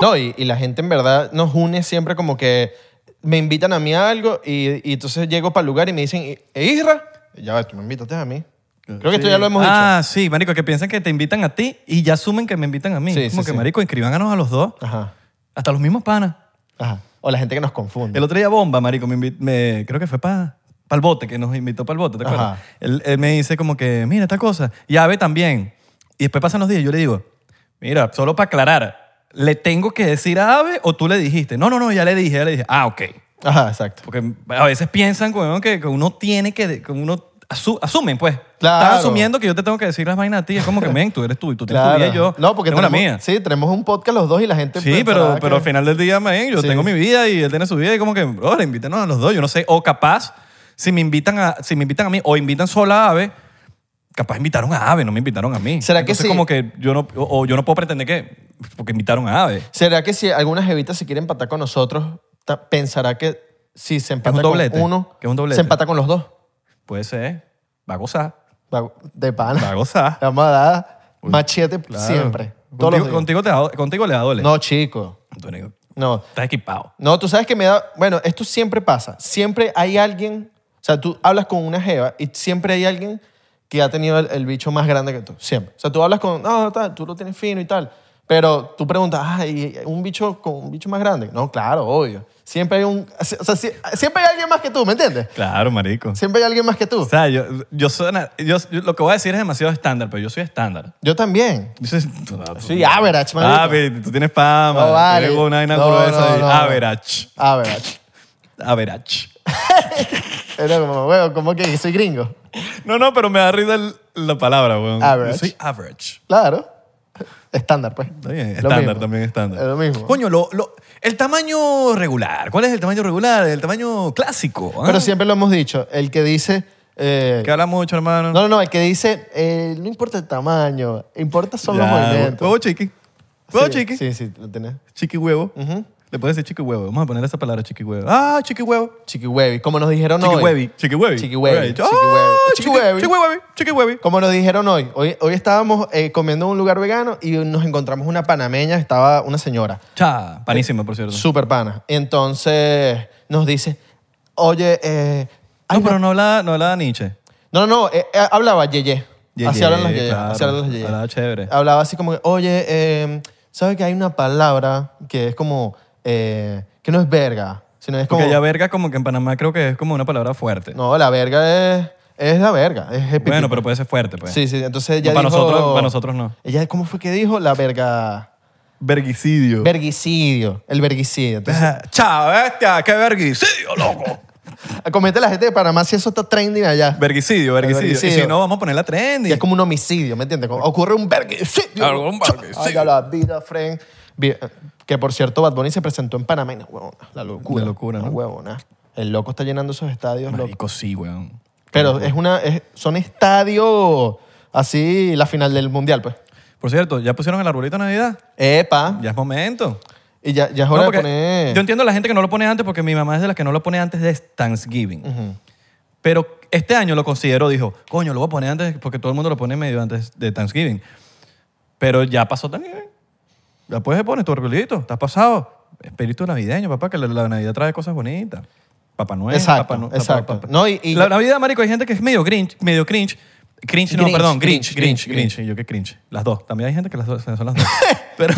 [SPEAKER 2] No, y, y la gente en verdad nos une siempre como que me invitan a mí a algo y, y entonces llego para el lugar y me dicen, ¿e Isra? Y Ya ves, tú me invitaste a mí. Creo que esto ya lo hemos
[SPEAKER 1] ah, sí, marico, que piensan que te invitan a ti y ya asumen que me invitan a mí.
[SPEAKER 2] Sí,
[SPEAKER 1] como
[SPEAKER 2] sí,
[SPEAKER 1] que,
[SPEAKER 2] sí.
[SPEAKER 1] marico, inscribános a los dos.
[SPEAKER 2] dicho. Ajá,
[SPEAKER 1] Hasta los mismos panas.
[SPEAKER 2] ajá. O la gente que nos confunde.
[SPEAKER 1] El otro día Bomba, marico, me, invi- me- creo que fue para el bote, que nos invitó para el bote, ¿te
[SPEAKER 2] Ajá.
[SPEAKER 1] acuerdas? Él, él me dice como que, mira, esta cosa. Y Ave también. Y después pasan los días y yo le digo, mira, solo para aclarar, ¿le tengo que decir a Ave o tú le dijiste? No, no, no, ya le dije, ya le dije. Ah, ok.
[SPEAKER 2] Ajá, exacto.
[SPEAKER 1] Porque a veces piensan weón, que, que uno tiene que, de- que uno asu- asumen pues.
[SPEAKER 2] Claro.
[SPEAKER 1] Estás asumiendo que yo te tengo que decir las vainas a ti. Es como que, men, tú eres tú y tú tienes tu vida y yo
[SPEAKER 2] No, porque
[SPEAKER 1] tengo la
[SPEAKER 2] tenemos,
[SPEAKER 1] mía.
[SPEAKER 2] Sí, tenemos un podcast los dos y la gente.
[SPEAKER 1] Sí, pero,
[SPEAKER 2] pensará
[SPEAKER 1] pero al
[SPEAKER 2] que-
[SPEAKER 1] final del día, man, yo
[SPEAKER 2] Sí.
[SPEAKER 1] tengo mi vida y él tiene su vida y como que, bro, invítenos a los dos, yo no sé. O capaz, si me invitan a, si me invitan a mí o invitan solo a Ave, capaz invitaron a Ave, no me invitaron a mí.
[SPEAKER 2] ¿Será que
[SPEAKER 1] Entonces,
[SPEAKER 2] sí?
[SPEAKER 1] como que yo no, o, o yo no puedo pretender que, porque invitaron a Ave.
[SPEAKER 2] ¿Será que si algunas evitas se quieren empatar con nosotros, ta- pensará que si se empata
[SPEAKER 1] un doblete,
[SPEAKER 2] con uno,
[SPEAKER 1] que es un doblete.
[SPEAKER 2] se empata con los dos?
[SPEAKER 1] Puede ser, va a gozar,
[SPEAKER 2] Va- De pana.
[SPEAKER 1] va a gozar.
[SPEAKER 2] Le vamos a dar machete
[SPEAKER 1] Claro.
[SPEAKER 2] siempre. Todos los
[SPEAKER 1] Contigo, contigo,
[SPEAKER 2] días.
[SPEAKER 1] te da- contigo le da doble.
[SPEAKER 2] No, chico.
[SPEAKER 1] Antonio,
[SPEAKER 2] No.
[SPEAKER 1] estás equipado.
[SPEAKER 2] No, tú sabes que me da. Bueno, esto siempre pasa. Siempre hay alguien. O sea, tú hablas con una jeva y siempre hay alguien que ha tenido el, el bicho más grande que tú. Siempre. O sea, tú hablas con. No, tal, tú lo tienes fino y tal. Pero tú preguntas, ah, ¿y un bicho con un bicho más grande? No, claro, obvio. Siempre hay un. O sea, si- siempre hay alguien más que tú, ¿me entiendes?
[SPEAKER 1] Claro, marico.
[SPEAKER 2] Siempre hay alguien más que tú.
[SPEAKER 1] O sea, yo, yo, suena- yo- yo- lo que voy a decir es demasiado estándar, pero yo soy estándar.
[SPEAKER 2] Yo también.
[SPEAKER 1] Dices,
[SPEAKER 2] Sí, average, marico.
[SPEAKER 1] Average, Ah, tú tienes fama.
[SPEAKER 2] No vale.
[SPEAKER 1] Tengo una vaina
[SPEAKER 2] No,
[SPEAKER 1] gruesa
[SPEAKER 2] no,
[SPEAKER 1] ahí.
[SPEAKER 2] no.
[SPEAKER 1] Average.
[SPEAKER 2] A ver, ach.
[SPEAKER 1] Average.
[SPEAKER 2] era como, bueno, ¿cómo que soy gringo?
[SPEAKER 1] No, no, pero me da risa el- la palabra, weón.
[SPEAKER 2] Average.
[SPEAKER 1] Yo soy average.
[SPEAKER 2] Claro. Estándar, pues.
[SPEAKER 1] Está bien,
[SPEAKER 2] Lo
[SPEAKER 1] estándar
[SPEAKER 2] mismo.
[SPEAKER 1] también, estándar.
[SPEAKER 2] Es lo mismo.
[SPEAKER 1] Coño, lo, lo- el tamaño regular. ¿Cuál es el tamaño regular? El tamaño clásico. ¿ah?
[SPEAKER 2] Pero siempre lo hemos dicho, el que dice... eh,
[SPEAKER 1] Que habla mucho, hermano.
[SPEAKER 2] no, no, no, el que dice, eh, no importa el tamaño, importa son los
[SPEAKER 1] Ya,
[SPEAKER 2] movimientos.
[SPEAKER 1] Huevo chiqui. Huevo
[SPEAKER 2] pues, sí,
[SPEAKER 1] chiqui.
[SPEAKER 2] Sí, sí, lo tenés.
[SPEAKER 1] Chiqui huevo. Le puedes decir chiqui huevo. Vamos a poner esa palabra chiqui huevo. Ah, chiqui huevo.
[SPEAKER 2] Chiquihuevi, como nos dijeron hoy.
[SPEAKER 1] Chiquihuevi. Chiquihuevi.
[SPEAKER 2] Chiquihuevi.
[SPEAKER 1] Ah,
[SPEAKER 2] Chiquihuevi.
[SPEAKER 1] chiqui- Chiquihuevi. Chiquihuevi.
[SPEAKER 2] Como nos dijeron hoy, hoy, hoy estábamos eh, comiendo en un lugar vegano y nos encontramos una panameña, estaba una señora.
[SPEAKER 1] Cha, panísima, por cierto.
[SPEAKER 2] Súper pana. Entonces nos dice, oye, eh, ay,
[SPEAKER 1] no, pero no hablaba, no hablaba Nietzsche.
[SPEAKER 2] no, no, no, eh, eh, hablaba Yeye.
[SPEAKER 1] Yeye,
[SPEAKER 2] así hablan los Yeye.
[SPEAKER 1] claro.
[SPEAKER 2] así hablan los Yeye.
[SPEAKER 1] Hablaba chévere.
[SPEAKER 2] Hablaba así como, que, oye, eh, ¿sabes que hay una palabra que es como, eh, que no es verga, sino es como...
[SPEAKER 1] Porque ya verga como que en Panamá creo que es como una palabra fuerte.
[SPEAKER 2] No, la verga es, es la verga. Es el
[SPEAKER 1] bueno,
[SPEAKER 2] pipi.
[SPEAKER 1] pero puede ser fuerte, pues.
[SPEAKER 2] Sí, sí, entonces ella
[SPEAKER 1] para
[SPEAKER 2] dijo-
[SPEAKER 1] nosotros- para nosotros no.
[SPEAKER 2] Ella, ¿cómo fue que dijo? La verga...
[SPEAKER 1] Verguicidio.
[SPEAKER 2] Verguicidio, el verguicidio. Entonces,
[SPEAKER 1] Cha, bestia, qué verguicidio, loco.
[SPEAKER 2] comente la gente de Panamá si eso está trending allá.
[SPEAKER 1] verguicidio, verguicidio. Y
[SPEAKER 2] verguicidio.
[SPEAKER 1] si no, vamos a poner la
[SPEAKER 2] Y
[SPEAKER 1] trendy.
[SPEAKER 2] es como un homicidio, ¿me entiendes? Como Ocurre un verguicidio.
[SPEAKER 1] Claro, un verguicidio.
[SPEAKER 2] Ay, a la vida, friend. Vi- Que por cierto, Bad Bunny se presentó en Panamá y no, huevona, la locura.
[SPEAKER 1] La locura,
[SPEAKER 2] no,
[SPEAKER 1] ¿no?
[SPEAKER 2] huevona. El loco está llenando esos estadios, loco.
[SPEAKER 1] Marico, sí, weón.
[SPEAKER 2] Pero es una, es- son estadios así, la final del mundial, pues.
[SPEAKER 1] Por cierto, ¿ya pusieron el arbolito de Navidad?
[SPEAKER 2] Epa.
[SPEAKER 1] Ya es momento.
[SPEAKER 2] Y ya, ya es
[SPEAKER 1] No,
[SPEAKER 2] hora de
[SPEAKER 1] porque
[SPEAKER 2] poner.
[SPEAKER 1] Yo entiendo a la gente que no lo pone antes porque mi mamá es de las que no lo pone antes de Thanksgiving. Pero este año lo considero, dijo, coño, lo voy a poner antes porque todo el mundo lo pone medio antes de Thanksgiving. Pero ya pasó Thanksgiving. Ya pues puedes poner tu arbolito, estás pasado. Espíritu navideño, papá, que la, la Navidad trae cosas bonitas. Papá Noel,
[SPEAKER 2] Exacto,
[SPEAKER 1] papá, no- papá-
[SPEAKER 2] exacto.
[SPEAKER 1] papá-
[SPEAKER 2] No, y- y-
[SPEAKER 1] la Navidad, marico, hay gente que es medio cringe, medio cringe. Cringe, no,
[SPEAKER 2] Grinch,
[SPEAKER 1] perdón,
[SPEAKER 2] Grinch,
[SPEAKER 1] cringe, cringe,
[SPEAKER 2] Grinch.
[SPEAKER 1] cringe. Y yo qué cringe. Las dos. También hay gente que las dos, son las dos. Pero,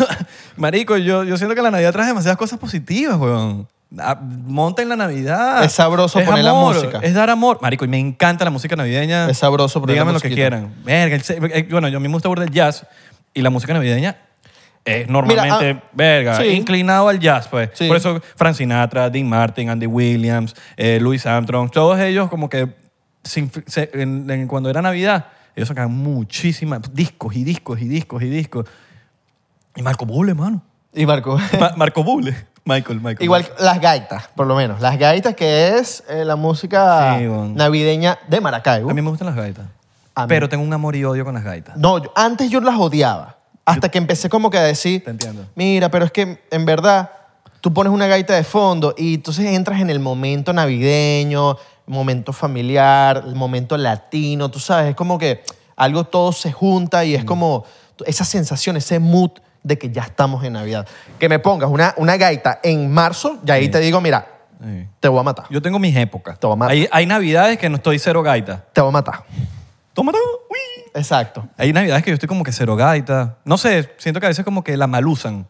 [SPEAKER 1] marico, yo, yo siento que la Navidad trae demasiadas cosas positivas, weón. Ah, Monta en la Navidad.
[SPEAKER 2] Es sabroso poner la
[SPEAKER 1] amor,
[SPEAKER 2] música.
[SPEAKER 1] Es dar amor. Marico, y me encanta la música navideña.
[SPEAKER 2] Es sabroso poner la
[SPEAKER 1] Díganme lo que
[SPEAKER 2] musiquita.
[SPEAKER 1] quieran. Verga, el se- eh, bueno, yo a mí me gusta burda el jazz y la música navideña es normalmente,
[SPEAKER 2] ah,
[SPEAKER 1] verga,
[SPEAKER 2] sí.
[SPEAKER 1] inclinado al jazz, pues.
[SPEAKER 2] Sí.
[SPEAKER 1] Por eso Frank Sinatra, Dean Martin, Andy Williams, eh, Louis Armstrong, todos ellos como que se inf- se- en- en- cuando era Navidad, ellos sacaban muchísimas discos y discos y discos y discos. Y Marco Buble, mano.
[SPEAKER 2] Y Marco.
[SPEAKER 1] Ma- Marco Buble. Michael, Michael.
[SPEAKER 2] Eh. Igual que las gaitas, por lo menos. Las gaitas que es eh, la música
[SPEAKER 1] Sí, bueno.
[SPEAKER 2] navideña de Maracaibo.
[SPEAKER 1] A mí me gustan las gaitas.
[SPEAKER 2] A mí-
[SPEAKER 1] Pero tengo un amor y odio con las gaitas.
[SPEAKER 2] No, yo- antes yo las odiaba. Hasta que empecé como que a decir,
[SPEAKER 1] Te entiendo.
[SPEAKER 2] mira, pero es que en verdad tú pones una gaita de fondo y entonces entras en el momento navideño, momento familiar, el momento latino, tú sabes, es como que algo todo se junta
[SPEAKER 1] Mm.
[SPEAKER 2] y es como esa sensación, ese mood de que ya estamos en Navidad. Que me pongas una, una gaita en marzo y ahí te digo, mira,
[SPEAKER 1] Sí.
[SPEAKER 2] te voy a matar,
[SPEAKER 1] Yo tengo mis épocas.
[SPEAKER 2] Te voy a matar.
[SPEAKER 1] Hay, hay navidades que no estoy cero gaita.
[SPEAKER 2] te voy a matar.
[SPEAKER 1] Tómate. uy.
[SPEAKER 2] Exacto.
[SPEAKER 1] Hay navidades que yo estoy como que cero gaita. No sé, siento que a veces como que la malusan,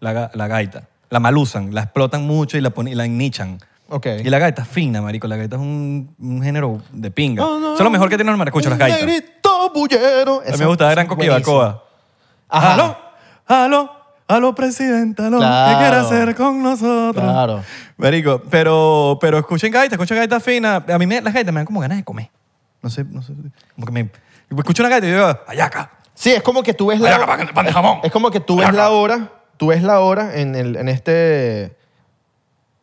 [SPEAKER 1] la, ga- la gaita. La malusan, la explotan mucho y la, ponen, y la ennichan.
[SPEAKER 2] Ok.
[SPEAKER 1] Y la gaita es fina, marico. La gaita es un, un género de pinga.
[SPEAKER 2] Oh, no.
[SPEAKER 1] Eso es lo mejor que tienen los maracuchos, las
[SPEAKER 2] Un
[SPEAKER 1] gaitas.
[SPEAKER 2] negrito bullero.
[SPEAKER 1] A mí
[SPEAKER 2] Esa-
[SPEAKER 1] me gustaba Gran
[SPEAKER 2] buenísima.
[SPEAKER 1] Coquibacoa.
[SPEAKER 2] Ajá.
[SPEAKER 1] ¡Aló! ¡Aló! ¡Aló, presidente! ¡Aló!
[SPEAKER 2] Claro.
[SPEAKER 1] ¿Qué quiere hacer con nosotros?
[SPEAKER 2] Claro.
[SPEAKER 1] Marico, pero, pero escuchen gaita, escuchen gaita fina. A mí me- las gaitas me dan como ganas de comer. No sé, no sé. Como que me... Escucho una gaita y digo, ¡Ayaca!
[SPEAKER 2] Sí, es como que tú ves
[SPEAKER 1] ¡Ayaca,
[SPEAKER 2] la
[SPEAKER 1] pan, pan de jamón!
[SPEAKER 2] es como que tú ves
[SPEAKER 1] Ayaca.
[SPEAKER 2] la hora, tú ves la hora en, el, en este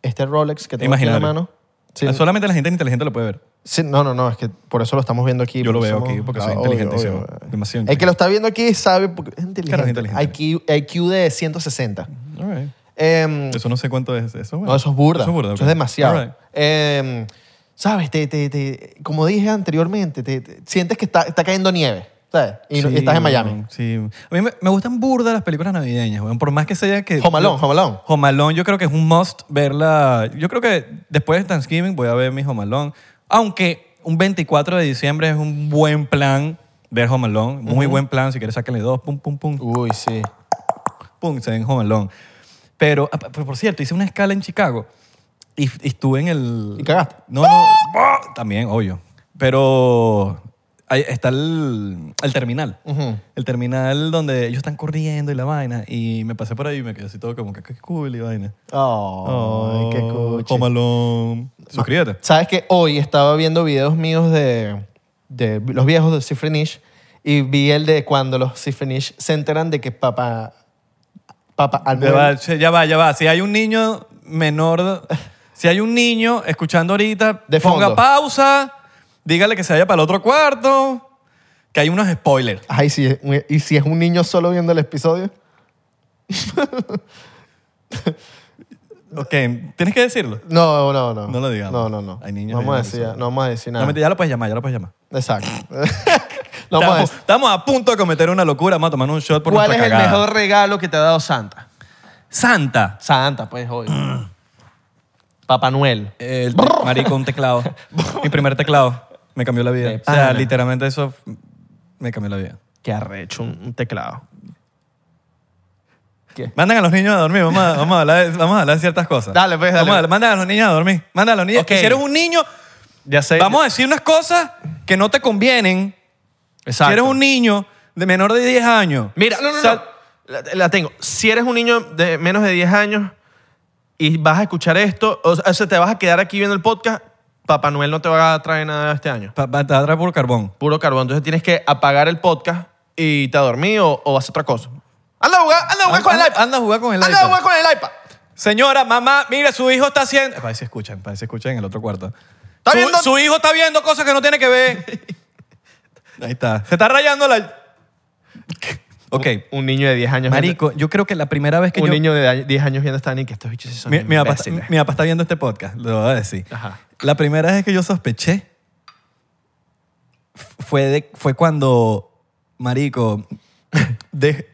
[SPEAKER 2] este Rolex que tengo aquí en la
[SPEAKER 1] Imaginario.
[SPEAKER 2] mano. Sí,
[SPEAKER 1] Ah, Solamente la gente inteligente lo puede ver.
[SPEAKER 2] sí, no, no, no, es que por eso lo estamos viendo aquí.
[SPEAKER 1] Yo lo
[SPEAKER 2] porque
[SPEAKER 1] veo
[SPEAKER 2] somos-
[SPEAKER 1] aquí porque soy
[SPEAKER 2] Claro, obvio,
[SPEAKER 1] inteligentísimo.
[SPEAKER 2] obvio.
[SPEAKER 1] Demasiado
[SPEAKER 2] El que
[SPEAKER 1] inteligente.
[SPEAKER 2] lo está viendo aquí sabe porque es inteligente.
[SPEAKER 1] inteligente.
[SPEAKER 2] IQ, IQ de 160.
[SPEAKER 1] All right.
[SPEAKER 2] Em,
[SPEAKER 1] Eso no sé cuánto es. Eso, es bueno.
[SPEAKER 2] No, eso es burda.
[SPEAKER 1] Eso es burda.
[SPEAKER 2] Eso
[SPEAKER 1] ok.
[SPEAKER 2] es demasiado.
[SPEAKER 1] All right.
[SPEAKER 2] Eh, ¿Sabes? Te, te- te- como dije anteriormente, te, te- sientes que está, está cayendo nieve, ¿sabes? Y, no- y
[SPEAKER 1] Sí,
[SPEAKER 2] estás en Miami.
[SPEAKER 1] weón, Sí. A mí me, me gustan burdas las películas navideñas, weón. Por más que sea que...
[SPEAKER 2] Home Alone, Home Alone.
[SPEAKER 1] Home Alone, yo creo que es un must verla. Yo creo que después de Thanksgiving voy a ver mi Home Alone. Aunque un 24 de diciembre es un buen plan ver Home Alone. Muy buen plan. Si quieres, sáquenle dos. Pum, pum, pum.
[SPEAKER 2] Uy, sí.
[SPEAKER 1] Pum, se ven Home Alone. Pero, ah, pero, por cierto, hice una escala en Chicago y, y estuve en el...
[SPEAKER 2] ¿Y cagaste? ¡Ah!
[SPEAKER 1] No, no. También, obvio. Pero ahí está el, el terminal. El terminal donde ellos están corriendo y la vaina. Y me pasé por ahí y me quedé así todo como que qué cool y vaina.
[SPEAKER 2] Oh, qué
[SPEAKER 1] cool.
[SPEAKER 2] cuchi.
[SPEAKER 1] Suscríbete.
[SPEAKER 2] ¿Sabes que hoy estaba viendo videos míos de, de los viejos de Cifrinish y vi el de cuando los Cifrinish se enteran de que papá... Papá
[SPEAKER 1] Ya va,
[SPEAKER 2] Almuel...
[SPEAKER 1] ya va, ya va. Si hay un niño menor, si hay un niño escuchando ahorita,
[SPEAKER 2] De fondo.
[SPEAKER 1] ponga pausa, dígale que se vaya para el otro cuarto, que hay unos spoilers.
[SPEAKER 2] Ay, sí, y si es un niño solo viendo el episodio.
[SPEAKER 1] Ok, tienes que decirlo.
[SPEAKER 2] No, no, no.
[SPEAKER 1] No lo digamos.
[SPEAKER 2] No, no, no.
[SPEAKER 1] Hay niños
[SPEAKER 2] no, vamos a
[SPEAKER 1] viendo
[SPEAKER 2] decir,
[SPEAKER 1] episodios.
[SPEAKER 2] no vamos a decir nada.
[SPEAKER 1] No, mentira, ya lo puedes llamar, ya lo puedes llamar.
[SPEAKER 2] Exacto. no vamos a
[SPEAKER 1] estamos,
[SPEAKER 2] decir.
[SPEAKER 1] estamos a punto de cometer una locura, vamos a tomar un shot por
[SPEAKER 2] ¿Cuál es
[SPEAKER 1] nuestra
[SPEAKER 2] el
[SPEAKER 1] cagada.
[SPEAKER 2] mejor regalo que te ha dado Santa?
[SPEAKER 1] Santa.
[SPEAKER 2] Santa, pues, hoy. Papá Noel.
[SPEAKER 1] El marico, un teclado. Mi primer teclado. Me cambió la vida.
[SPEAKER 2] De
[SPEAKER 1] O sea,
[SPEAKER 2] pana.
[SPEAKER 1] literalmente eso f- me cambió la vida.
[SPEAKER 2] Qué arrecho, un, un teclado. ¿Qué?
[SPEAKER 1] Mandan a los niños a dormir. Vamos a, vamos a hablar, de- vamos a hablar de ciertas cosas.
[SPEAKER 2] Dale, pues, dale.
[SPEAKER 1] Vamos a hablar- mandan a los niños a dormir. Mandan a los niños.
[SPEAKER 2] Ok.
[SPEAKER 1] que Si eres un niño,
[SPEAKER 2] Ya sé.
[SPEAKER 1] vamos a decir unas cosas que no te convienen.
[SPEAKER 2] Exacto.
[SPEAKER 1] Si eres un niño de menor de 10 años.
[SPEAKER 2] Mira, no, no,
[SPEAKER 1] sal-
[SPEAKER 2] no. La, la tengo. Si eres un niño de menos de 10 años y vas a escuchar esto, o sea, te vas a quedar aquí viendo el podcast, Papá Noel no te va a traer nada este año.
[SPEAKER 1] pa- pa- te va a traer puro carbón.
[SPEAKER 2] puro carbón. Entonces tienes que apagar el podcast y te dormí o, o hacer otra cosa. Anda a jugar, anda a jugar
[SPEAKER 1] Anda-
[SPEAKER 2] con el
[SPEAKER 1] anda-
[SPEAKER 2] iPad.
[SPEAKER 1] anda a jugar con el
[SPEAKER 2] Anda a
[SPEAKER 1] iPad.
[SPEAKER 2] jugar con el iPad.
[SPEAKER 1] Señora, mamá, mire, su hijo está haciendo. Parece que escuchan, parece que escuchan en el otro cuarto.
[SPEAKER 2] ¿Está
[SPEAKER 1] su,
[SPEAKER 2] viendo-
[SPEAKER 1] su hijo está viendo cosas que no tiene que ver. Ahí está. Se está rayando la. Ok.
[SPEAKER 2] Un niño de 10 años.
[SPEAKER 1] Marico, yo creo que la primera vez que
[SPEAKER 2] un
[SPEAKER 1] yo.
[SPEAKER 2] niño de 10 años viendo esta ni que estos bichos sí son
[SPEAKER 1] mi, mi papá, está-
[SPEAKER 2] imbéciles.
[SPEAKER 1] mi papá está viendo este podcast, lo voy a decir.
[SPEAKER 2] Ajá.
[SPEAKER 1] La primera vez que yo sospeché f- fue, de, fue cuando, Marico, de-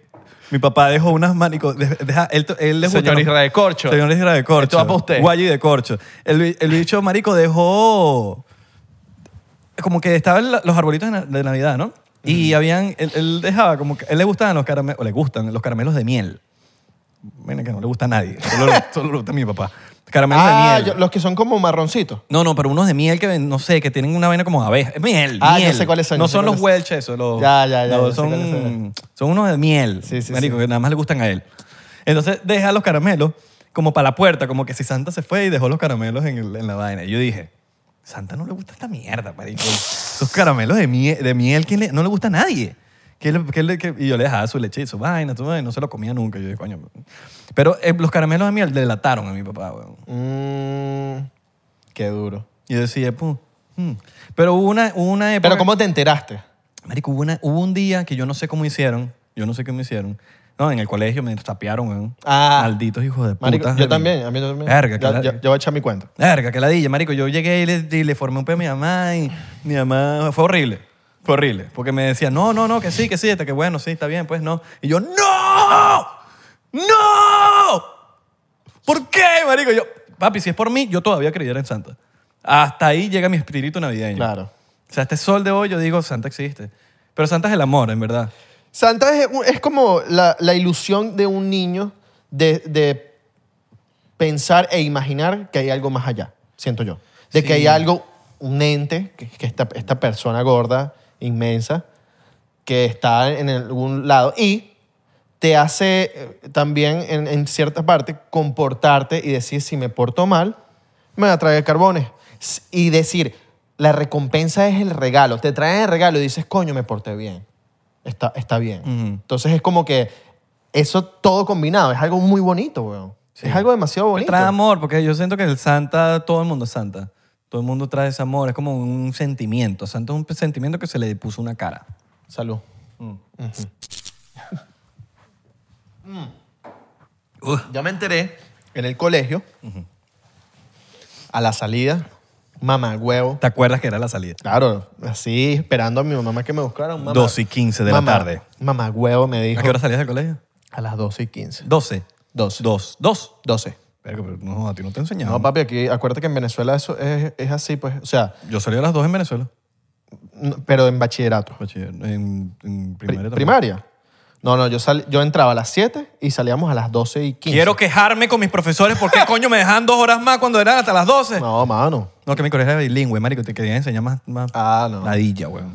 [SPEAKER 1] mi papá dejó unas manicos. él, él dejó
[SPEAKER 2] Señor
[SPEAKER 1] unas-
[SPEAKER 2] Israel Corcho.
[SPEAKER 1] Señor Israel de Corcho.
[SPEAKER 2] Esto va pa' usted.
[SPEAKER 1] Guayi de Corcho. El, bi- el bicho marico dejó... Como que estaban la- los arbolitos de, na- de Navidad, ¿no? Y habían... Él, él dejaba como que... Él le gustaban los caramelos... O le gustan los caramelos de miel. Bueno, que no le gusta a nadie. Solo, solo le gusta a mi papá. Caramelos
[SPEAKER 2] Ah,
[SPEAKER 1] de miel.
[SPEAKER 2] yo- los que son como marroncitos.
[SPEAKER 1] No, no, pero unos de miel que, ven- no sé, que tienen una vaina como abeja. Es miel,
[SPEAKER 2] Ah,
[SPEAKER 1] miel.
[SPEAKER 2] yo sé cuáles son,
[SPEAKER 1] No
[SPEAKER 2] yo sé
[SPEAKER 1] son los
[SPEAKER 2] cuáles
[SPEAKER 1] Welch, eso. Los,
[SPEAKER 2] Ya, ya, ya,
[SPEAKER 1] no,
[SPEAKER 2] yo sé
[SPEAKER 1] son,
[SPEAKER 2] cuáles son.
[SPEAKER 1] son unos de miel,
[SPEAKER 2] Sí, sí,
[SPEAKER 1] marico,
[SPEAKER 2] sí.
[SPEAKER 1] que nada más le gustan a él. Entonces deja los caramelos como para la puerta, como que si Santa se fue y dejó los caramelos en, el- en la vaina. Y yo dije, Santa no le gusta esta mierda, marico. Esos caramelos de, mie- de miel que le- no le gusta a nadie. Que le- que le- que- y yo le dejaba su leche y su vaina, su vaina, no se lo comía nunca. Yo dije, coño. Pero eh, los caramelos de miel delataron a mi papá, weón.
[SPEAKER 2] Mm, qué duro.
[SPEAKER 1] Y yo decía, "Pu, hmm". Pero hubo una, hubo una época...
[SPEAKER 2] Pero ¿cómo te enteraste?
[SPEAKER 1] Marico, hubo, una- hubo un día que yo no sé cómo hicieron. Yo no sé cómo hicieron. No, en el colegio me tapearon, weón.
[SPEAKER 2] Ah.
[SPEAKER 1] Malditos hijos de puta.
[SPEAKER 2] Marico, yo también, a mí también.
[SPEAKER 1] Verga,
[SPEAKER 2] Ya-
[SPEAKER 1] que la-
[SPEAKER 2] ya- yo voy a echar mi cuenta.
[SPEAKER 1] Verga, que ladilla, marico. Yo llegué y le, y le formé un peo a mi mamá y mi mamá... Fue horrible. Fue horrible. Porque me decía, no, no, no, que sí, que sí. Hasta que bueno, sí, está bien, pues no. Y yo, ¡no! ¡No! ¿Por qué, marico? Yo, papi, si es por mí, yo todavía creyera en Santa. Hasta ahí llega mi espíritu navideño.
[SPEAKER 2] Claro.
[SPEAKER 1] O sea, este sol de hoy yo digo, Santa existe. Pero Santa es el amor, en verdad.
[SPEAKER 2] Santa es, un- es como la, la ilusión de un niño de, de pensar e imaginar que hay algo más allá, siento yo. De que hay algo, un ente, que, que esta, esta persona gorda, inmensa, que está en algún lado y te hace eh, también, en, en cierta parte, comportarte y decir, si me porto mal, me va a traer carbones. S- Y decir, la recompensa es el regalo. Te traen el regalo y dices, coño, me porté bien. Está, está bien. Entonces es como que eso todo combinado es algo muy bonito, weón. Es algo demasiado
[SPEAKER 1] Que
[SPEAKER 2] bonito.
[SPEAKER 1] Trae amor, porque yo siento que el Santa, todo el mundo es Santa. Todo el mundo trae ese amor, es como un sentimiento. Santa es un sentimiento que se le puso una cara.
[SPEAKER 2] Salud. Mm.
[SPEAKER 1] Mm.
[SPEAKER 2] Yo Mm. me enteré en el colegio, a la salida, mamá huevo.
[SPEAKER 1] ¿Te acuerdas que era la salida?
[SPEAKER 2] Claro, así esperando a mi mamá que me buscara. Mamá,
[SPEAKER 1] 12 y 15 de la tarde.
[SPEAKER 2] Mamá huevo me dijo.
[SPEAKER 1] ¿A qué hora salías del colegio?
[SPEAKER 2] A las 12 y 15.
[SPEAKER 1] 12.
[SPEAKER 2] Dos.
[SPEAKER 1] 2. 2.
[SPEAKER 2] 12.
[SPEAKER 1] Pero, pero no, a ti no te enseñaron.
[SPEAKER 2] No, papi, aquí acuérdate que en Venezuela eso es, es así, pues. O sea,
[SPEAKER 1] Yo salí a las 2 en Venezuela.
[SPEAKER 2] n- pero en bachillerato.
[SPEAKER 1] Bachiller- En, en
[SPEAKER 2] Pri-
[SPEAKER 1] primaria. también.
[SPEAKER 2] primaria. No, no, yo, sal- yo entraba a las 7 y salíamos a las 12 y 15.
[SPEAKER 1] Quiero quejarme con mis profesores. ¿Por qué coño me dejan dos horas más cuando eran hasta las 12? No,
[SPEAKER 2] No, mano.
[SPEAKER 1] que mi colegio era bilingüe, marico. Te querían enseñar más, más
[SPEAKER 2] Ah, no.
[SPEAKER 1] ladilla, weón.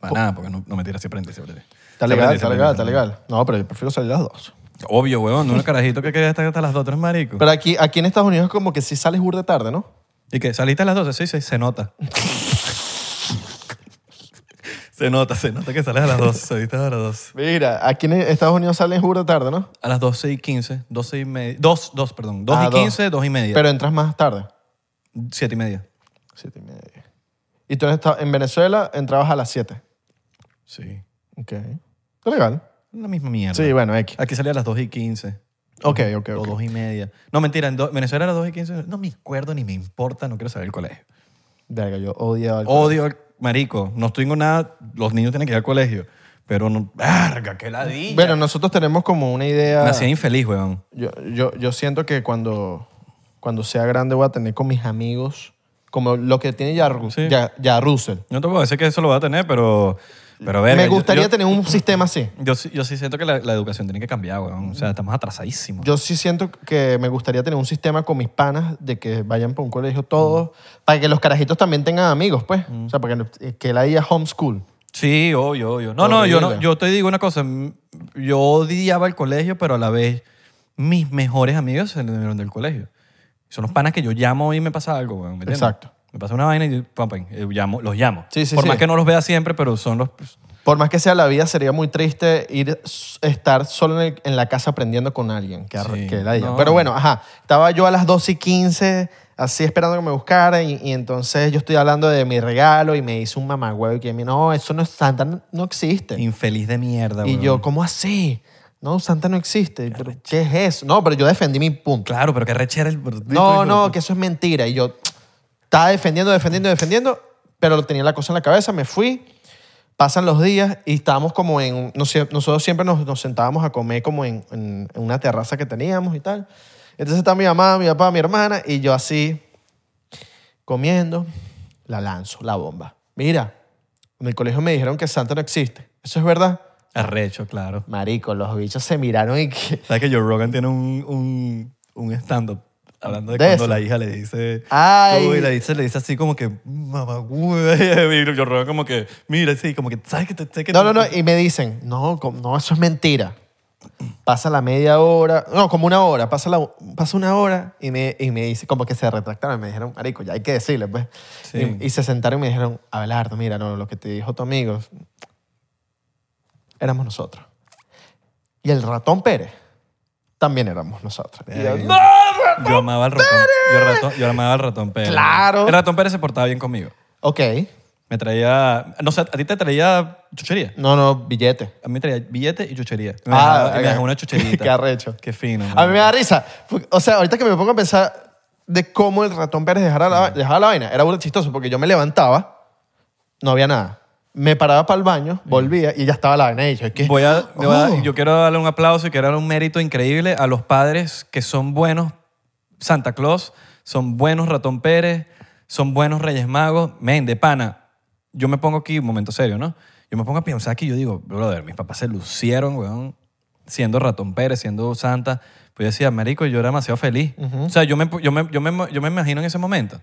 [SPEAKER 1] Para nada, porque no, no mentira, sí aprendí, sí aprendí.
[SPEAKER 2] Está
[SPEAKER 1] Sí
[SPEAKER 2] legal,
[SPEAKER 1] aprendí, sí
[SPEAKER 2] está legal,
[SPEAKER 1] aprendí.
[SPEAKER 2] está legal. No, pero yo prefiero salir a las 12.
[SPEAKER 1] Obvio, weón. Un carajito que quería estar hasta las 2, 3 marico.
[SPEAKER 2] Pero aquí, aquí en Estados Unidos como que sí sales burda tarde, ¿no?
[SPEAKER 1] y que saliste a las 12, sí, sí, se nota. se nota, se nota que sales a las 12, saliste a las 12.
[SPEAKER 2] Mira, aquí en Estados Unidos sales burda tarde, ¿no?
[SPEAKER 1] A las 12 y 15, 12 y media. 2, 2, perdón. 2
[SPEAKER 2] Ah,
[SPEAKER 1] y 15, 2 y media.
[SPEAKER 2] Pero entras más tarde.
[SPEAKER 1] 7 y media.
[SPEAKER 2] Siete y media. Y tú en, esta- en Venezuela entrabas a las 7.
[SPEAKER 1] Sí.
[SPEAKER 2] Ok. Está legal.
[SPEAKER 1] La misma mierda.
[SPEAKER 2] Sí, bueno, X.
[SPEAKER 1] Aquí salía a las 2 y 15.
[SPEAKER 2] Ok, ok,
[SPEAKER 1] O
[SPEAKER 2] ok.
[SPEAKER 1] 2 y media. No, mentira, en do- Venezuela era 2 y 15. No me acuerdo ni me importa, no quiero saber el colegio.
[SPEAKER 2] Verga, yo odiaba el
[SPEAKER 1] Odio, al- marico, no tengo nada, los niños tienen que ir al colegio, pero no, verga, qué ladilla.
[SPEAKER 2] Bueno, nosotros tenemos como una idea...
[SPEAKER 1] Me hacía infeliz, weón.
[SPEAKER 2] Yo, yo, yo siento que cuando, cuando sea grande voy a tener con mis amigos como lo que tiene ya, Ru-
[SPEAKER 1] Sí.
[SPEAKER 2] ya, ya Russell.
[SPEAKER 1] No te puedo decir que eso lo va a tener, pero, pero verga,
[SPEAKER 2] Me
[SPEAKER 1] yo-
[SPEAKER 2] gustaría
[SPEAKER 1] yo,
[SPEAKER 2] tener un sistema así.
[SPEAKER 1] Yo, sí- yo sí siento que la, la educación tiene que cambiar, weón. O sea, estamos atrasadísimos.
[SPEAKER 2] Mm. Yo sí siento que me gustaría tener un sistema con mis panas de que vayan para un colegio todos, para que los carajitos también tengan amigos, pues.
[SPEAKER 1] Mm.
[SPEAKER 2] O sea, para que, que la haya homeschool.
[SPEAKER 1] Sí, obvio, obvio. No, no, yo no,
[SPEAKER 2] Horrible.
[SPEAKER 1] yo te digo una cosa. m- Yo odiaba el colegio, pero a la vez mis mejores amigos se dieron del colegio. Son los panas que yo llamo y me pasa algo, weón. ¿me entiendes?
[SPEAKER 2] Exacto.
[SPEAKER 1] Me pasa una vaina y yo, pam, pam, eh, llamo, los llamo.
[SPEAKER 2] Sí, sí,
[SPEAKER 1] Por
[SPEAKER 2] sí.
[SPEAKER 1] más que no los vea siempre, pero son los... pues,
[SPEAKER 2] Por más que sea la vida, sería muy triste ir, s- estar solo en, el- en la casa aprendiendo con alguien. Que, arre-
[SPEAKER 1] Sí,
[SPEAKER 2] que ladilla.
[SPEAKER 1] no.
[SPEAKER 2] Pero bueno, ajá. Estaba yo a las 12 y 15, así esperando que me buscara, y, y entonces yo estoy hablando de mi regalo y me hizo un mamagüevo que me no, eso no es Santa, no, no existe. Y,
[SPEAKER 1] Infeliz de mierda, weón.
[SPEAKER 2] yo, ¿cómo así? No, Santa no existe. Pero, ¿Qué es eso? No, pero yo defendí mi punto.
[SPEAKER 1] Claro, pero que rechera el...
[SPEAKER 2] No, no, que eso es mentira. Y yo estaba defendiendo, defendiendo, defendiendo, pero tenía la cosa en la cabeza, me fui. Pasan los días y estábamos como en... no sé, Nosotros siempre nos, nos sentábamos a comer como en, en- en una terraza que teníamos y tal. Entonces está mi mamá, mi papá, mi hermana y yo así comiendo, la lanzo, la bomba. Mira, en el colegio me dijeron que Santa no existe. Eso es verdad.
[SPEAKER 1] Arrecho, claro.
[SPEAKER 2] Marico, los bichos se miraron y que...
[SPEAKER 1] ¿Sabes que Joe Rogan tiene un, un, un stand-up hablando de,
[SPEAKER 2] De
[SPEAKER 1] cuando
[SPEAKER 2] eso.
[SPEAKER 1] la hija le dice...
[SPEAKER 2] Ay.
[SPEAKER 1] Uy, la dice, le dice así como que... Mamá, güey. Y Joe Rogan como que... Mira, sí, como que... ¿Sabes que te...? sé que
[SPEAKER 2] No,
[SPEAKER 1] te-
[SPEAKER 2] no, no. Y me dicen, no, com- no, eso es mentira. Pasa la media hora, no, como una hora, pasa, la, pasa una hora y me, y me dice, como que se retractaron, me dijeron, Marico, ya hay que decirle, pues.
[SPEAKER 1] Sí.
[SPEAKER 2] Y, y se sentaron y me dijeron, Abelardo, mira, no, lo que te dijo tu amigo, éramos nosotros. Y el ratón Pérez, también éramos nosotros. Y yo,
[SPEAKER 1] Verga.
[SPEAKER 2] "No,
[SPEAKER 1] Yo amaba al ratón. Yo, ratón- yo amaba al ratón Pérez.
[SPEAKER 2] Claro.
[SPEAKER 1] El ratón Pérez se portaba bien conmigo.
[SPEAKER 2] Ok,
[SPEAKER 1] Me traía. No sé, a ti te traía chuchería.
[SPEAKER 2] no, no, billete.
[SPEAKER 1] A mí me traía billete y chuchería. Me
[SPEAKER 2] Ah,
[SPEAKER 1] dejaba, y me
[SPEAKER 2] ok.
[SPEAKER 1] dejaba una chucherita.
[SPEAKER 2] Qué arrecho.
[SPEAKER 1] Qué fino.
[SPEAKER 2] A mí
[SPEAKER 1] mano.
[SPEAKER 2] me da risa. porque, O sea, ahorita que me pongo a pensar de cómo el ratón Pérez dejara la, dejaba la vaina, era burda chistoso porque yo me levantaba, no había nada. Me paraba para el baño, volvía y ya estaba la vaina. Y yo, ¿qué?
[SPEAKER 1] Voy a, le voy a-
[SPEAKER 2] Oh.
[SPEAKER 1] yo quiero darle un aplauso y quiero darle un mérito increíble a los padres que son buenos Santa Claus, son buenos Ratón Pérez, son buenos Reyes Magos. Men, de pana, yo me pongo aquí, un momento serio, ¿no? Yo me pongo a pensar aquí, yo digo, brother, mis papás se lucieron, weón, siendo Ratón Pérez, siendo Santa. Pues yo decía, marico, yo era demasiado feliz. O sea, yo me, yo, me, yo, me, yo me imagino en ese momento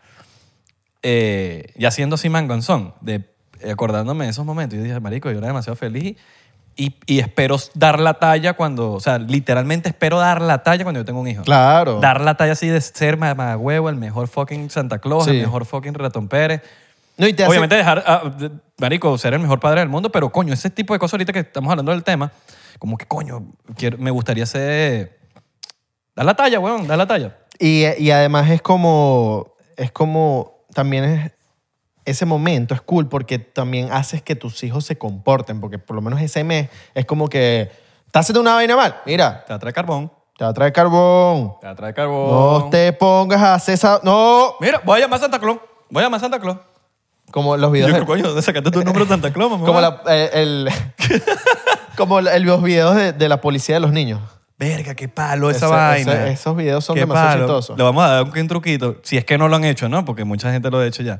[SPEAKER 1] eh, ya siendo así mangonzón, de, eh, acordándome de esos momentos, yo dije, marico, yo era demasiado feliz y, y espero dar la talla cuando, o sea, literalmente espero dar la talla cuando yo tengo un hijo.
[SPEAKER 2] Claro.
[SPEAKER 1] Dar la talla así de ser mamagüevo, el mejor fucking Santa Claus,
[SPEAKER 2] Sí.
[SPEAKER 1] el mejor fucking Ratón Pérez.
[SPEAKER 2] No, y te hace-
[SPEAKER 1] Obviamente dejar, ah, de- marico, ser el mejor padre del mundo, pero coño, ese tipo de cosas ahorita que estamos hablando del tema, como que coño, quiero- me gustaría ser... Dar la talla, weón, dar la talla.
[SPEAKER 2] Y, y además es como, es como, también es, ese momento es cool porque también haces que tus hijos se comporten, porque por lo menos ese mes es como que, estás haciendo una vaina mal, mira,
[SPEAKER 1] Te atrae carbón.
[SPEAKER 2] te va a traer carbón,
[SPEAKER 1] Te atrae carbón.
[SPEAKER 2] no te pongas a hacer esa, no,
[SPEAKER 1] Mira, voy a llamar a Santa Claus. Voy a llamar a Santa Claus.
[SPEAKER 2] como los
[SPEAKER 1] Y Yo
[SPEAKER 2] videos,
[SPEAKER 1] creo, coño, ¿dónde sacaste tu número de Santa Claus, mamá?
[SPEAKER 2] como, la- eh, el, como la- el- los videos de, de la policía de los niños.
[SPEAKER 1] Verga, qué palo esa
[SPEAKER 2] Ese-
[SPEAKER 1] vaina.
[SPEAKER 2] ese- esos videos son
[SPEAKER 1] Qué
[SPEAKER 2] demasiado
[SPEAKER 1] palo.
[SPEAKER 2] chistosos.
[SPEAKER 1] Le vamos a dar un, un truquito, si es que no lo han hecho, ¿no? Porque mucha gente lo ha hecho ya.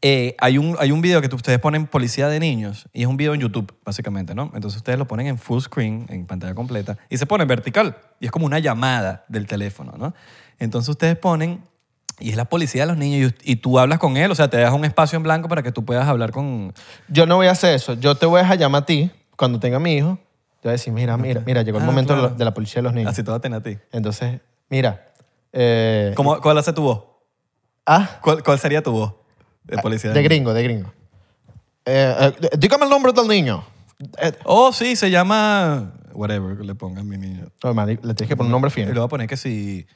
[SPEAKER 1] Eh, hay, un, hay un video que tú- ustedes ponen policía de niños y es un video en YouTube, básicamente, ¿no? Entonces ustedes lo ponen en full screen, en pantalla completa, y se pone en vertical. Y es como una llamada del teléfono, ¿no? Entonces ustedes ponen, y es la policía de los niños, y us- y, tú hablas con él, o sea, te dejas un espacio en blanco para que tú puedas hablar con...
[SPEAKER 2] Yo no voy a hacer eso. Yo te voy a dejar llamar a ti cuando tenga mi hijo. Te voy a decir, mira, mira, mira, llegó el
[SPEAKER 1] Ah,
[SPEAKER 2] momento de
[SPEAKER 1] claro.
[SPEAKER 2] lo- de la policía de los niños.
[SPEAKER 1] Así te va a tener a ti.
[SPEAKER 2] Entonces, mira. eh,
[SPEAKER 1] ¿Cómo, ¿Cuál hace tu voz?
[SPEAKER 2] ah,
[SPEAKER 1] ¿Cuál, cuál sería tu voz de policía?
[SPEAKER 2] de gringo, de gringo. Eh, eh, dígame el nombre del niño. Eh,
[SPEAKER 1] Oh, sí, se llama. Whatever que le pongan mi niño.
[SPEAKER 2] no, marico, le tienes que poner un nombre
[SPEAKER 1] Y le
[SPEAKER 2] fiel.
[SPEAKER 1] voy a poner que si.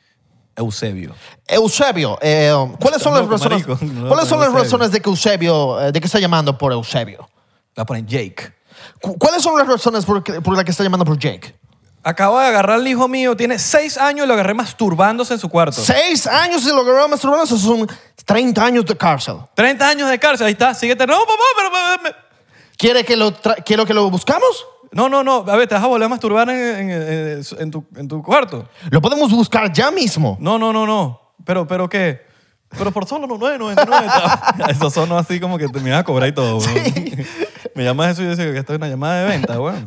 [SPEAKER 1] Eusebio.
[SPEAKER 2] Eusebio, eh, ¿cuáles son las
[SPEAKER 1] loco,
[SPEAKER 2] razones?
[SPEAKER 1] marico. No,
[SPEAKER 2] ¿Cuáles son las
[SPEAKER 1] Eusebio.
[SPEAKER 2] razones de que Eusebio, eh, de que está llamando por Eusebio?
[SPEAKER 1] Le voy a poner Jake.
[SPEAKER 2] Cu- ¿Cuáles son las razones por, que- por las que está llamando por Jake?
[SPEAKER 1] Acabo de agarrar al hijo mío, tiene seis años y lo agarré masturbándose en su cuarto.
[SPEAKER 2] Seis años y lograron masturbarse son 30 años de cárcel.
[SPEAKER 1] 30 años de cárcel, ahí está, síguete. No, papá, pero. pero- pero-
[SPEAKER 2] ¿Quiere que lo tra- quiero que lo buscamos?
[SPEAKER 1] No, no, no, a ver, te vas a volver a masturbar en, en- en- en tu, en tu cuarto.
[SPEAKER 2] Lo podemos buscar ya mismo.
[SPEAKER 1] No, no, no, no. Pero, pero qué. Pero por solo 9.99. está- Eso sonó así como que te me ibas a cobrar y todo, weón. Me llamas eso y dices que esto es una llamada de venta, weón.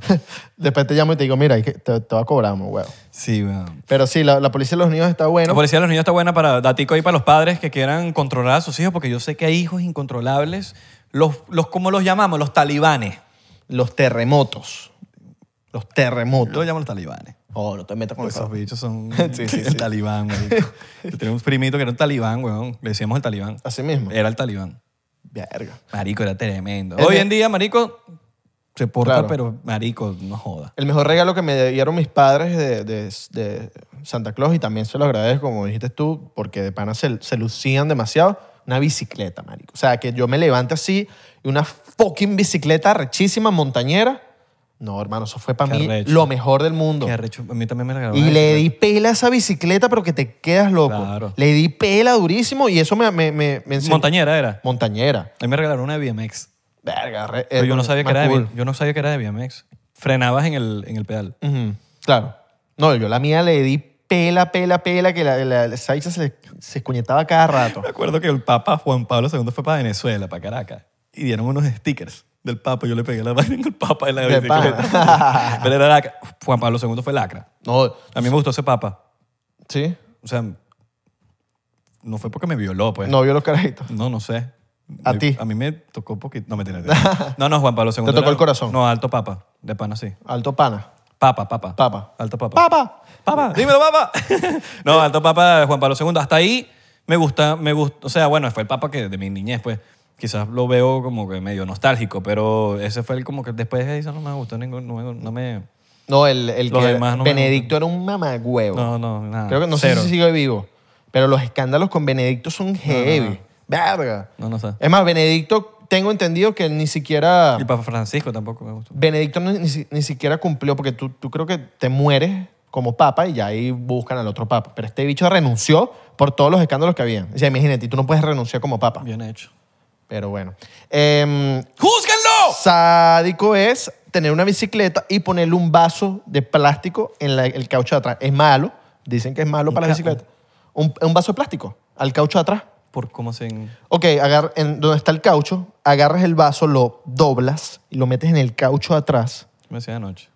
[SPEAKER 2] Después te llamo y te digo, mira, hay que- te, te va a cobrar, mo, weón.
[SPEAKER 1] Sí, weón.
[SPEAKER 2] Pero sí, la, la policía de los niños está buena.
[SPEAKER 1] La policía de los niños está buena para datico ahí para los padres que quieran controlar a sus hijos, porque yo sé que hay hijos incontrolables, los, los ¿cómo los llamamos? Los talibanes.
[SPEAKER 2] Los terremotos. Los
[SPEAKER 1] Yo los
[SPEAKER 2] terremotos.
[SPEAKER 1] llamo los talibanes.
[SPEAKER 2] Oh, no te metas con eso.
[SPEAKER 1] Esos bichos son
[SPEAKER 2] Sí, sí,
[SPEAKER 1] el
[SPEAKER 2] sí.
[SPEAKER 1] talibán, marico. Yo tenía un primito que era un talibán, weón. Le decíamos el talibán.
[SPEAKER 2] Así mismo.
[SPEAKER 1] Era el talibán.
[SPEAKER 2] Verga.
[SPEAKER 1] Marico, era tremendo.
[SPEAKER 2] El
[SPEAKER 1] Hoy
[SPEAKER 2] de-
[SPEAKER 1] en día, marico, se porta,
[SPEAKER 2] Claro.
[SPEAKER 1] pero marico, no joda.
[SPEAKER 2] El mejor regalo que me dieron mis padres de, de- de Santa Claus, y también se lo agradezco, como dijiste tú, porque de pana se, se lucían demasiado, una bicicleta, marico. O sea, que yo me levante así y una fucking bicicleta rechísima, montañera. No, hermano, eso fue para
[SPEAKER 1] Qué
[SPEAKER 2] mí
[SPEAKER 1] arrecho.
[SPEAKER 2] lo mejor del mundo.
[SPEAKER 1] Qué arrecho. A mí también me regalaron.
[SPEAKER 2] Y
[SPEAKER 1] eso.
[SPEAKER 2] le di pela a esa bicicleta, pero que te quedas loco.
[SPEAKER 1] Claro.
[SPEAKER 2] Le di pela durísimo y eso me... me, me, me enseñó-
[SPEAKER 1] Montañera era.
[SPEAKER 2] Montañera.
[SPEAKER 1] A mí me regalaron una de BMX.
[SPEAKER 2] Verga. re-
[SPEAKER 1] Pero yo no
[SPEAKER 2] eh,
[SPEAKER 1] sabía que
[SPEAKER 2] más
[SPEAKER 1] era de,
[SPEAKER 2] cool.
[SPEAKER 1] yo no sabía que era de BMX. Frenabas en el, en el pedal.
[SPEAKER 2] Ujú, Claro. No, yo la mía le di pela, pela, pela, que la, la, la salsa se, le- se escuñetaba cada rato.
[SPEAKER 1] Me acuerdo que el Papa Juan Pablo II fue para Venezuela, para Caracas, y dieron unos stickers del Papa. Yo le pegué la vaina al Papa en la
[SPEAKER 2] De pana.
[SPEAKER 1] bicicleta. Pero era lacra. Juan Pablo II fue lacra.
[SPEAKER 2] No,
[SPEAKER 1] A mí me gustó ese Papa.
[SPEAKER 2] sí.
[SPEAKER 1] O sea, no fue porque me violó, pues.
[SPEAKER 2] No vio los carajitos.
[SPEAKER 1] No, no sé.
[SPEAKER 2] ¿A
[SPEAKER 1] Me-
[SPEAKER 2] ti?
[SPEAKER 1] A mí me tocó un poquito. No, me No, no, Juan Pablo II.
[SPEAKER 2] ¿Te tocó
[SPEAKER 1] era-
[SPEAKER 2] el corazón?
[SPEAKER 1] No, alto Papa. De pana, sí.
[SPEAKER 2] Alto pana.
[SPEAKER 1] Papa, papa.
[SPEAKER 2] Papa.
[SPEAKER 1] Alto papa.
[SPEAKER 2] Papa.
[SPEAKER 1] Papa, dímelo, papa. no, alto papa Juan Pablo II. Hasta ahí me gusta, me gusta. O sea, bueno, fue el papa que de mi niñez, pues. Quizás lo veo como que medio nostálgico, pero ese fue el como que después de eso no me gustó ningún, no, me- no me...
[SPEAKER 2] No, el, el
[SPEAKER 1] Los
[SPEAKER 2] que
[SPEAKER 1] demás no me
[SPEAKER 2] Benedicto era un mamagüevo.
[SPEAKER 1] No, no, nada.
[SPEAKER 2] Creo que no
[SPEAKER 1] Cero.
[SPEAKER 2] sé si sigue vivo. Pero los escándalos con Benedicto son heavy. Verga.
[SPEAKER 1] No, no sé.
[SPEAKER 2] Es más, Benedicto, tengo entendido que ni siquiera.
[SPEAKER 1] El Papa Francisco tampoco me gustó.
[SPEAKER 2] Benedicto ni, ni- ni siquiera cumplió, porque tú, tú creo que te mueres como papa y ya ahí buscan al otro papa. Pero este bicho renunció por todos los escándalos que había. O sea, imagínate, tú no puedes renunciar como papa.
[SPEAKER 1] Bien hecho.
[SPEAKER 2] Pero bueno. Em,
[SPEAKER 1] ¡Júzguenlo!
[SPEAKER 2] sádico es tener una bicicleta y ponerle un vaso de plástico en la- el caucho de atrás. Es malo. Dicen que es malo para la
[SPEAKER 1] ca-
[SPEAKER 2] bicicleta. Un, un vaso de plástico al caucho de atrás.
[SPEAKER 1] Por cómo se...
[SPEAKER 2] Ok, agar- en donde está el caucho, agarras el vaso, lo doblas y lo metes en el caucho de atrás.
[SPEAKER 1] Me decía anoche.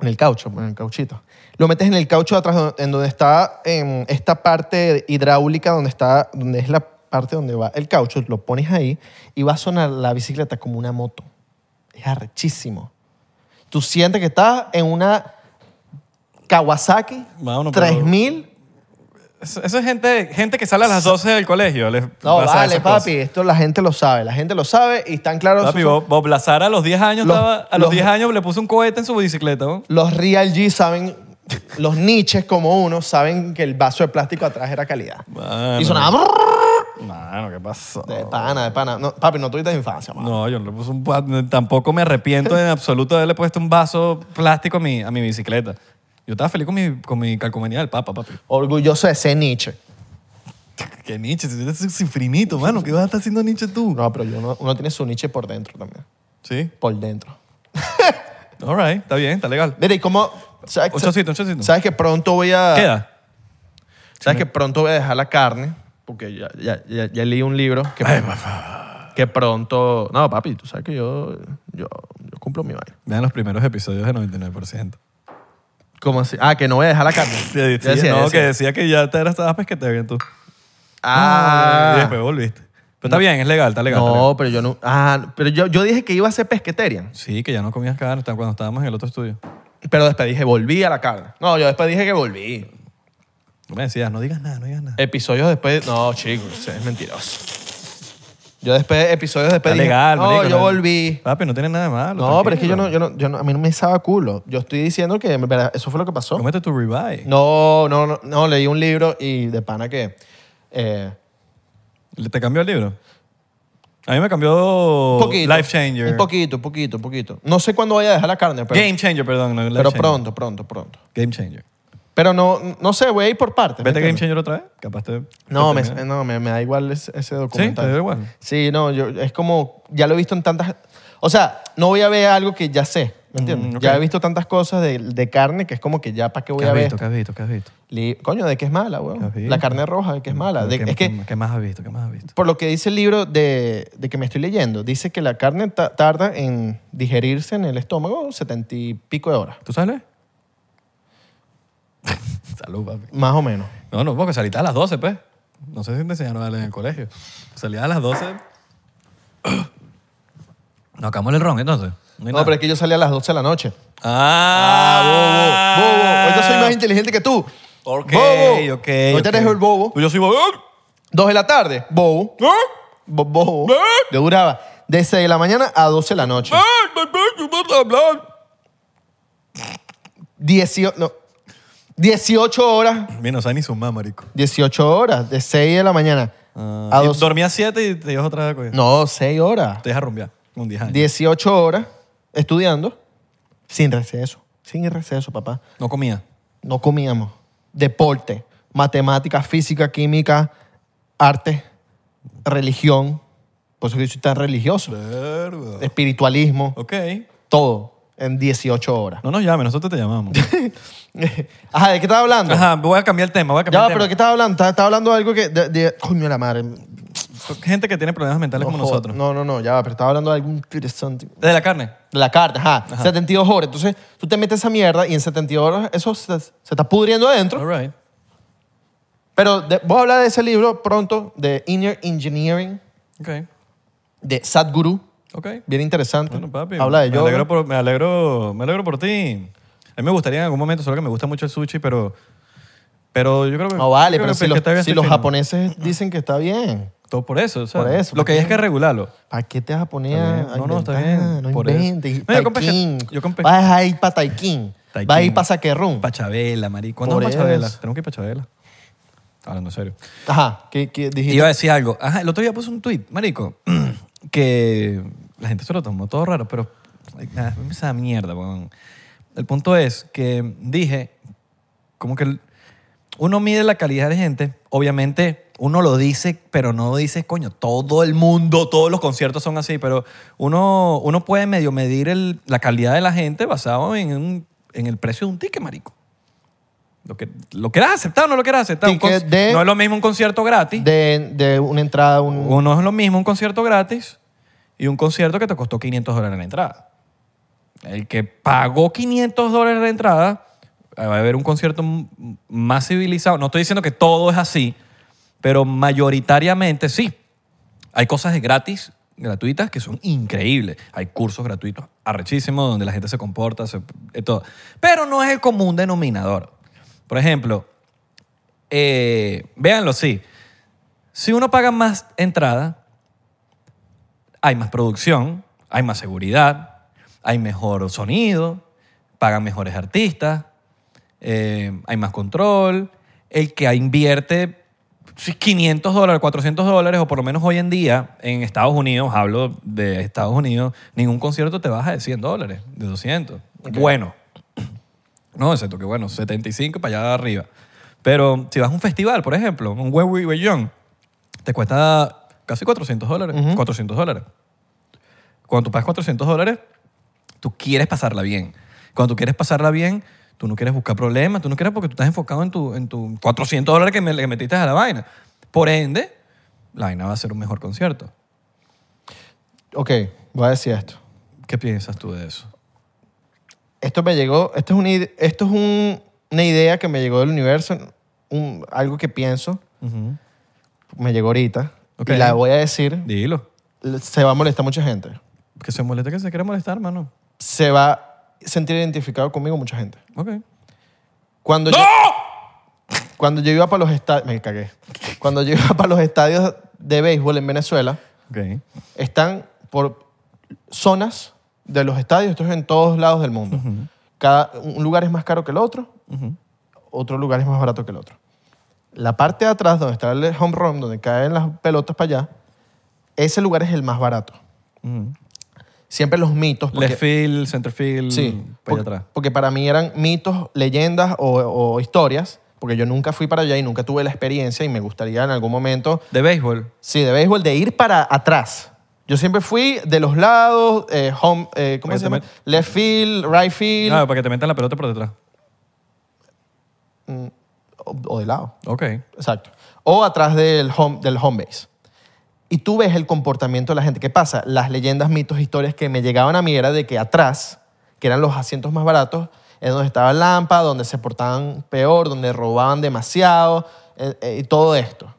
[SPEAKER 2] En el caucho, en el cauchito. Lo metes en el caucho de atrás, don- en donde está em, esta parte hidráulica, donde, está, donde es la parte donde va el caucho, lo pones ahí y va a sonar la bicicleta como una moto. Es arrechísimo. Tú sientes que estás en una Kawasaki
[SPEAKER 1] Vámonos, pero-
[SPEAKER 2] 3000.
[SPEAKER 1] Eso eso es gente, gente que sale a las 12 del colegio. les
[SPEAKER 2] No,
[SPEAKER 1] pasa
[SPEAKER 2] vale,
[SPEAKER 1] esas cosas.
[SPEAKER 2] papi, esto la gente lo sabe, la gente lo sabe y están claros.
[SPEAKER 1] Papi,
[SPEAKER 2] sus-
[SPEAKER 1] Bob, Bob Lazar a los 10 años,
[SPEAKER 2] Los-
[SPEAKER 1] estaba- a los,
[SPEAKER 2] los-
[SPEAKER 1] 10 años le puso un cohete en su bicicleta. ¿no?
[SPEAKER 2] Los Real G saben, los niches como uno, saben que el vaso de plástico atrás era calidad.
[SPEAKER 1] Mano.
[SPEAKER 2] Y sonaba.
[SPEAKER 1] Mano, ¿qué pasó?
[SPEAKER 2] De pana, de pana. No, papi, no tuviste infancia, mano.
[SPEAKER 1] No, yo no le puse un pa- Tampoco me arrepiento en absoluto de haberle puesto un vaso plástico a mi, a mi bicicleta. Yo estaba feliz con mi, con mi calcomanía del papa, papi.
[SPEAKER 2] Orgulloso de ser Nietzsche.
[SPEAKER 1] Qué Nietzsche, si tú eres un cifrinito, mano. ¿Qué vas a estar haciendo Nietzsche tú?
[SPEAKER 2] No, pero yo no- uno tiene su Nietzsche por dentro también.
[SPEAKER 1] Sí.
[SPEAKER 2] Por dentro.
[SPEAKER 1] All right. Está bien, está legal.
[SPEAKER 2] Mira, ¿y cómo...? ¿Sabes,
[SPEAKER 1] Un chocito, un chocito.
[SPEAKER 2] ¿sabes que pronto voy a...
[SPEAKER 1] Queda.
[SPEAKER 2] ¿Sabes que pronto voy a dejar la carne? Porque ya, ya, ya- ya leí un libro que, que pronto... No, papi, tú sabes que yo, yo, yo cumplo mi vaina.
[SPEAKER 1] Vean los primeros episodios de 99%.
[SPEAKER 2] ¿Cómo así? Ah, que no voy a dejar la carne.
[SPEAKER 1] Sí, sí,
[SPEAKER 2] Ya decía,
[SPEAKER 1] no,
[SPEAKER 2] ya
[SPEAKER 1] que
[SPEAKER 2] decía.
[SPEAKER 1] decía que ya te eras- estabas pesquete bien tú.
[SPEAKER 2] Ah.
[SPEAKER 1] Y después volviste. Pero está bien, es legal, está legal. está legal.
[SPEAKER 2] No, pero yo no... Ah, pero yo, yo dije que iba a ser pesqueteria.
[SPEAKER 1] Sí, que ya no comías carne hasta cuando estábamos en el otro estudio.
[SPEAKER 2] Pero después dije, volví a la carne. No, yo después dije que volví.
[SPEAKER 1] Tú me decías, no digas nada, no digas nada.
[SPEAKER 2] Episodios después. No, chicos, usted es mentiroso. Yo después, episodios después.
[SPEAKER 1] Está
[SPEAKER 2] dije,
[SPEAKER 1] legal,
[SPEAKER 2] no,
[SPEAKER 1] marico,
[SPEAKER 2] yo volví.
[SPEAKER 1] Papi, no tiene nada de malo.
[SPEAKER 2] No, pero es que yo no,
[SPEAKER 1] tranquilo.
[SPEAKER 2] yo no, yo no- a mí no me sabe a culo. Yo estoy diciendo que en verdad, eso fue lo que pasó.
[SPEAKER 1] Comete tu revive.
[SPEAKER 2] No, no, no, no, leí un libro y de pana que. eh,
[SPEAKER 1] ¿Le- ¿Te cambió el libro? A mí me cambió
[SPEAKER 2] un poquito.
[SPEAKER 1] Life Changer.
[SPEAKER 2] Un poquito, un poquito, un poquito. No sé cuándo vaya a dejar la carne, pero.
[SPEAKER 1] Game Changer, perdón. no, Life
[SPEAKER 2] pero
[SPEAKER 1] Changer.
[SPEAKER 2] pronto, pronto, pronto.
[SPEAKER 1] Game Changer.
[SPEAKER 2] Pero no, no sé, voy a ir por partes. ¿me
[SPEAKER 1] Vete a Game
[SPEAKER 2] entiendes?
[SPEAKER 1] Changer otra vez. Capaz te...
[SPEAKER 2] No,
[SPEAKER 1] te
[SPEAKER 2] me,
[SPEAKER 1] termina.
[SPEAKER 2] no me, me da igual ese, ese documental.
[SPEAKER 1] ¿te da igual?
[SPEAKER 2] Sí, no, yo, es como, ya lo he visto en tantas... O sea, no voy a ver algo que ya sé, ¿me entiendes?
[SPEAKER 1] Mm, ok.
[SPEAKER 2] Ya he visto tantas cosas de, de carne que es como que ya, ¿para qué voy
[SPEAKER 1] ¿Qué
[SPEAKER 2] a
[SPEAKER 1] has
[SPEAKER 2] ver?
[SPEAKER 1] visto? Ah,
[SPEAKER 2] esto?
[SPEAKER 1] ¿Qué has visto? ¿Qué has visto?
[SPEAKER 2] Li- Coño, ¿de qué es mala,
[SPEAKER 1] ¿Qué
[SPEAKER 2] weón?
[SPEAKER 1] has visto?
[SPEAKER 2] La carne roja, ¿de qué es mala? De-
[SPEAKER 1] ¿Qué-
[SPEAKER 2] es que,
[SPEAKER 1] qué- ¿Qué más has visto? ¿Qué más has visto?
[SPEAKER 2] por lo que dice el libro de, de que me estoy leyendo, dice que la carne ta- tarda en digerirse en el estómago setenta y pico de horas,
[SPEAKER 1] ¿Tú sales? Salud, papi.
[SPEAKER 2] más o menos.
[SPEAKER 1] No, no, porque saliste a las 12, pues. No sé si te enseñaron a leer en el colegio. Salías a las 12. No, acabamos el ron, entonces. hay
[SPEAKER 2] No,
[SPEAKER 1] nada.
[SPEAKER 2] pero es que yo salí a las 12 de la noche.
[SPEAKER 1] Ah,
[SPEAKER 2] Ah, bobo, bobo. Ahorita soy más inteligente que tú.
[SPEAKER 1] Ok,
[SPEAKER 2] bobo.
[SPEAKER 1] ok. ok.
[SPEAKER 2] Ahorita eres el bobo.
[SPEAKER 1] Yo soy bobo.
[SPEAKER 2] Dos de la tarde, bobo. Bo- bobo. Yo duraba de 6 de la mañana a 12 de la noche.
[SPEAKER 1] ¿Eh?
[SPEAKER 2] 18, no, 18 horas.
[SPEAKER 1] Mira, no sabes ni sumar, marico.
[SPEAKER 2] 18 horas, de 6 de la mañana a
[SPEAKER 1] Ah, y
[SPEAKER 2] 12.
[SPEAKER 1] dormías 7 y te ibas otra vez. coño.
[SPEAKER 2] No, 6 horas.
[SPEAKER 1] Te dejas rumbear con 10 años.
[SPEAKER 2] 18 horas estudiando sin receso. Sin receso, papá.
[SPEAKER 1] No comía.
[SPEAKER 2] No comíamos. Deporte, matemática, física, química, arte, religión. Por eso que yo soy tan religioso. Espiritualismo,
[SPEAKER 1] Ok.
[SPEAKER 2] todo en 18 horas.
[SPEAKER 1] No nos llames, nosotros te llamamos.
[SPEAKER 2] Ajá, ¿de qué estás hablando?
[SPEAKER 1] Ajá, voy a cambiar el tema, voy a
[SPEAKER 2] Ya,
[SPEAKER 1] cambiar
[SPEAKER 2] va,
[SPEAKER 1] el
[SPEAKER 2] pero
[SPEAKER 1] tema.
[SPEAKER 2] ¿de qué estás hablando? Estás estás hablando de algo que... De, de- coño de la madre. No
[SPEAKER 1] Gente que tiene problemas mentales como
[SPEAKER 2] jodas.
[SPEAKER 1] nosotros.
[SPEAKER 2] No, no, no, ya va, pero estaba hablando de algo interesante.
[SPEAKER 1] De la carne.
[SPEAKER 2] De la carta, ajá, 72 horas. Entonces, tú te metes esa mierda y en 72 horas eso se, se está pudriendo adentro.
[SPEAKER 1] All right.
[SPEAKER 2] Pero de- voy a hablar de ese libro pronto, de Inner Engineering,
[SPEAKER 1] Ok.
[SPEAKER 2] de Sadhguru.
[SPEAKER 1] Ok.
[SPEAKER 2] Bien interesante.
[SPEAKER 1] Bueno, papi.
[SPEAKER 2] Habla de
[SPEAKER 1] Me
[SPEAKER 2] yoga.
[SPEAKER 1] alegro por, me alegro, me alegro por ti. A mí me gustaría en algún momento, solo que me gusta mucho el sushi, pero, pero yo creo que...
[SPEAKER 2] No vale,
[SPEAKER 1] creo
[SPEAKER 2] pero
[SPEAKER 1] que
[SPEAKER 2] si
[SPEAKER 1] que
[SPEAKER 2] los,
[SPEAKER 1] está bien
[SPEAKER 2] si
[SPEAKER 1] este
[SPEAKER 2] los
[SPEAKER 1] fino.
[SPEAKER 2] japoneses dicen que está bien,
[SPEAKER 1] Todo por eso, o sea,
[SPEAKER 2] Por eso,
[SPEAKER 1] Lo que hay es
[SPEAKER 2] porque-
[SPEAKER 1] que regularlo.
[SPEAKER 2] ¿para qué te vas a poner
[SPEAKER 1] Está
[SPEAKER 2] a
[SPEAKER 1] bien. No, no, está
[SPEAKER 2] inventar?
[SPEAKER 1] bien,
[SPEAKER 2] No
[SPEAKER 1] por eso.
[SPEAKER 2] inventes.
[SPEAKER 1] No, yo compré que-
[SPEAKER 2] Taikín.
[SPEAKER 1] yo compré-
[SPEAKER 2] Vas a ir para Taikín.
[SPEAKER 1] Taikín.
[SPEAKER 2] Vas a ir para Saquerrum.
[SPEAKER 1] Pachabela, marico. ¿Cuándo
[SPEAKER 2] Por
[SPEAKER 1] vamos a Pachabela?
[SPEAKER 2] eso.
[SPEAKER 1] Tenemos que ir a Pachabela. Hablando en serio.
[SPEAKER 2] Ajá, ¿qué, qué dijiste?
[SPEAKER 1] Iba a decir algo. Ajá, el otro día puse un tweet, marico, que la gente se lo tomó todo raro, pero ay, nada, esa mierda, weón. El punto es que dije, como que el- uno mide la calidad de gente, obviamente uno lo dice, pero no dice, coño, todo el mundo, todos los conciertos son así, pero uno, uno puede medio medir el- la calidad de la gente basado en, un- en el precio de un ticket, marico. Lo, que, lo quieras aceptar o no lo quieras aceptar. Un
[SPEAKER 2] Ticket
[SPEAKER 1] conci-
[SPEAKER 2] de-
[SPEAKER 1] no es lo mismo un concierto gratis.
[SPEAKER 2] De, de una entrada, un...
[SPEAKER 1] O no es lo mismo un concierto gratis y un concierto que te costó 500 dólares la entrada. El que pagó 500 dólares la entrada eh, va a haber un concierto m- más civilizado. No estoy diciendo que todo es así, pero mayoritariamente sí. Hay cosas de gratis, gratuitas, que son increíbles. Hay cursos gratuitos arrechísimos donde la gente se comporta, se- de todo. Pero no es el común denominador. Por ejemplo, eh, véanlo sí si uno paga más entrada, hay más producción, hay más seguridad, hay mejor sonido, pagan mejores artistas, eh, hay más control. El que invierte 500 dólares, 400 dólares, o por lo menos hoy en día en Estados Unidos, hablo de Estados Unidos, ningún concierto te baja de 100 dólares, de 200. Bueno, no, excepto que bueno, 75 para allá arriba. Pero si vas a un festival, por ejemplo, un When We Were Young, te cuesta casi 400 dólares. 400 dólares. Cuando tú pagas 400 dólares, tú quieres pasarla bien. Cuando tú quieres pasarla bien, tú no quieres buscar problemas, tú no quieres porque tú estás enfocado en tu, en tu 400 dólares que, me- le metiste a la vaina. Por ende, la vaina va a ser un mejor concierto.
[SPEAKER 2] Ok, voy a decir esto.
[SPEAKER 1] ¿Qué piensas tú de eso?
[SPEAKER 2] Esto me llegó, esto es, una, ide- esto es un- una idea que me llegó del universo, un- algo que pienso, me llegó ahorita,
[SPEAKER 1] Ok.
[SPEAKER 2] y la voy a decir,
[SPEAKER 1] Dilo.
[SPEAKER 2] se va a molestar mucha gente.
[SPEAKER 1] Que se moleste que se quiera molestar, mano.
[SPEAKER 2] Se va a sentir identificado conmigo mucha gente.
[SPEAKER 1] Ok.
[SPEAKER 2] Cuando yo, cuando yo iba para los estadios, me cagué, cuando yo iba para los estadios de béisbol en Venezuela,
[SPEAKER 1] Ok.
[SPEAKER 2] están por zonas de los estadios, esto es en todos lados del mundo. Cada, un lugar es más caro que el otro, otro lugar es más barato que el otro. La parte de atrás, donde está el home run, donde caen las pelotas para allá, ese lugar es el más barato. Siempre los mitos. porque-
[SPEAKER 1] Left field, center field,
[SPEAKER 2] Sí,
[SPEAKER 1] para
[SPEAKER 2] porque,
[SPEAKER 1] allá atrás.
[SPEAKER 2] porque para mí eran mitos, leyendas o, o historias, porque yo nunca fui para allá y nunca tuve la experiencia y me gustaría en algún momento
[SPEAKER 1] De béisbol.
[SPEAKER 2] Sí, de béisbol, de ir para atrás. Yo siempre fui de los lados, eh, home, eh, ¿cómo
[SPEAKER 1] Oye,
[SPEAKER 2] se llama?
[SPEAKER 1] también-
[SPEAKER 2] Left field, right field,
[SPEAKER 1] Ah, para que te metan la pelota por detrás.
[SPEAKER 2] o, o de lado,
[SPEAKER 1] Ok.
[SPEAKER 2] exacto. O atrás del home, del home base. Y tú ves el comportamiento de la gente. ¿Qué pasa? Las leyendas, mitos, historias que me llegaban a mí era de que atrás, que eran los asientos más baratos, es donde estaba Lampa, donde se portaban peor, donde robaban demasiado, eh, eh, y todo esto.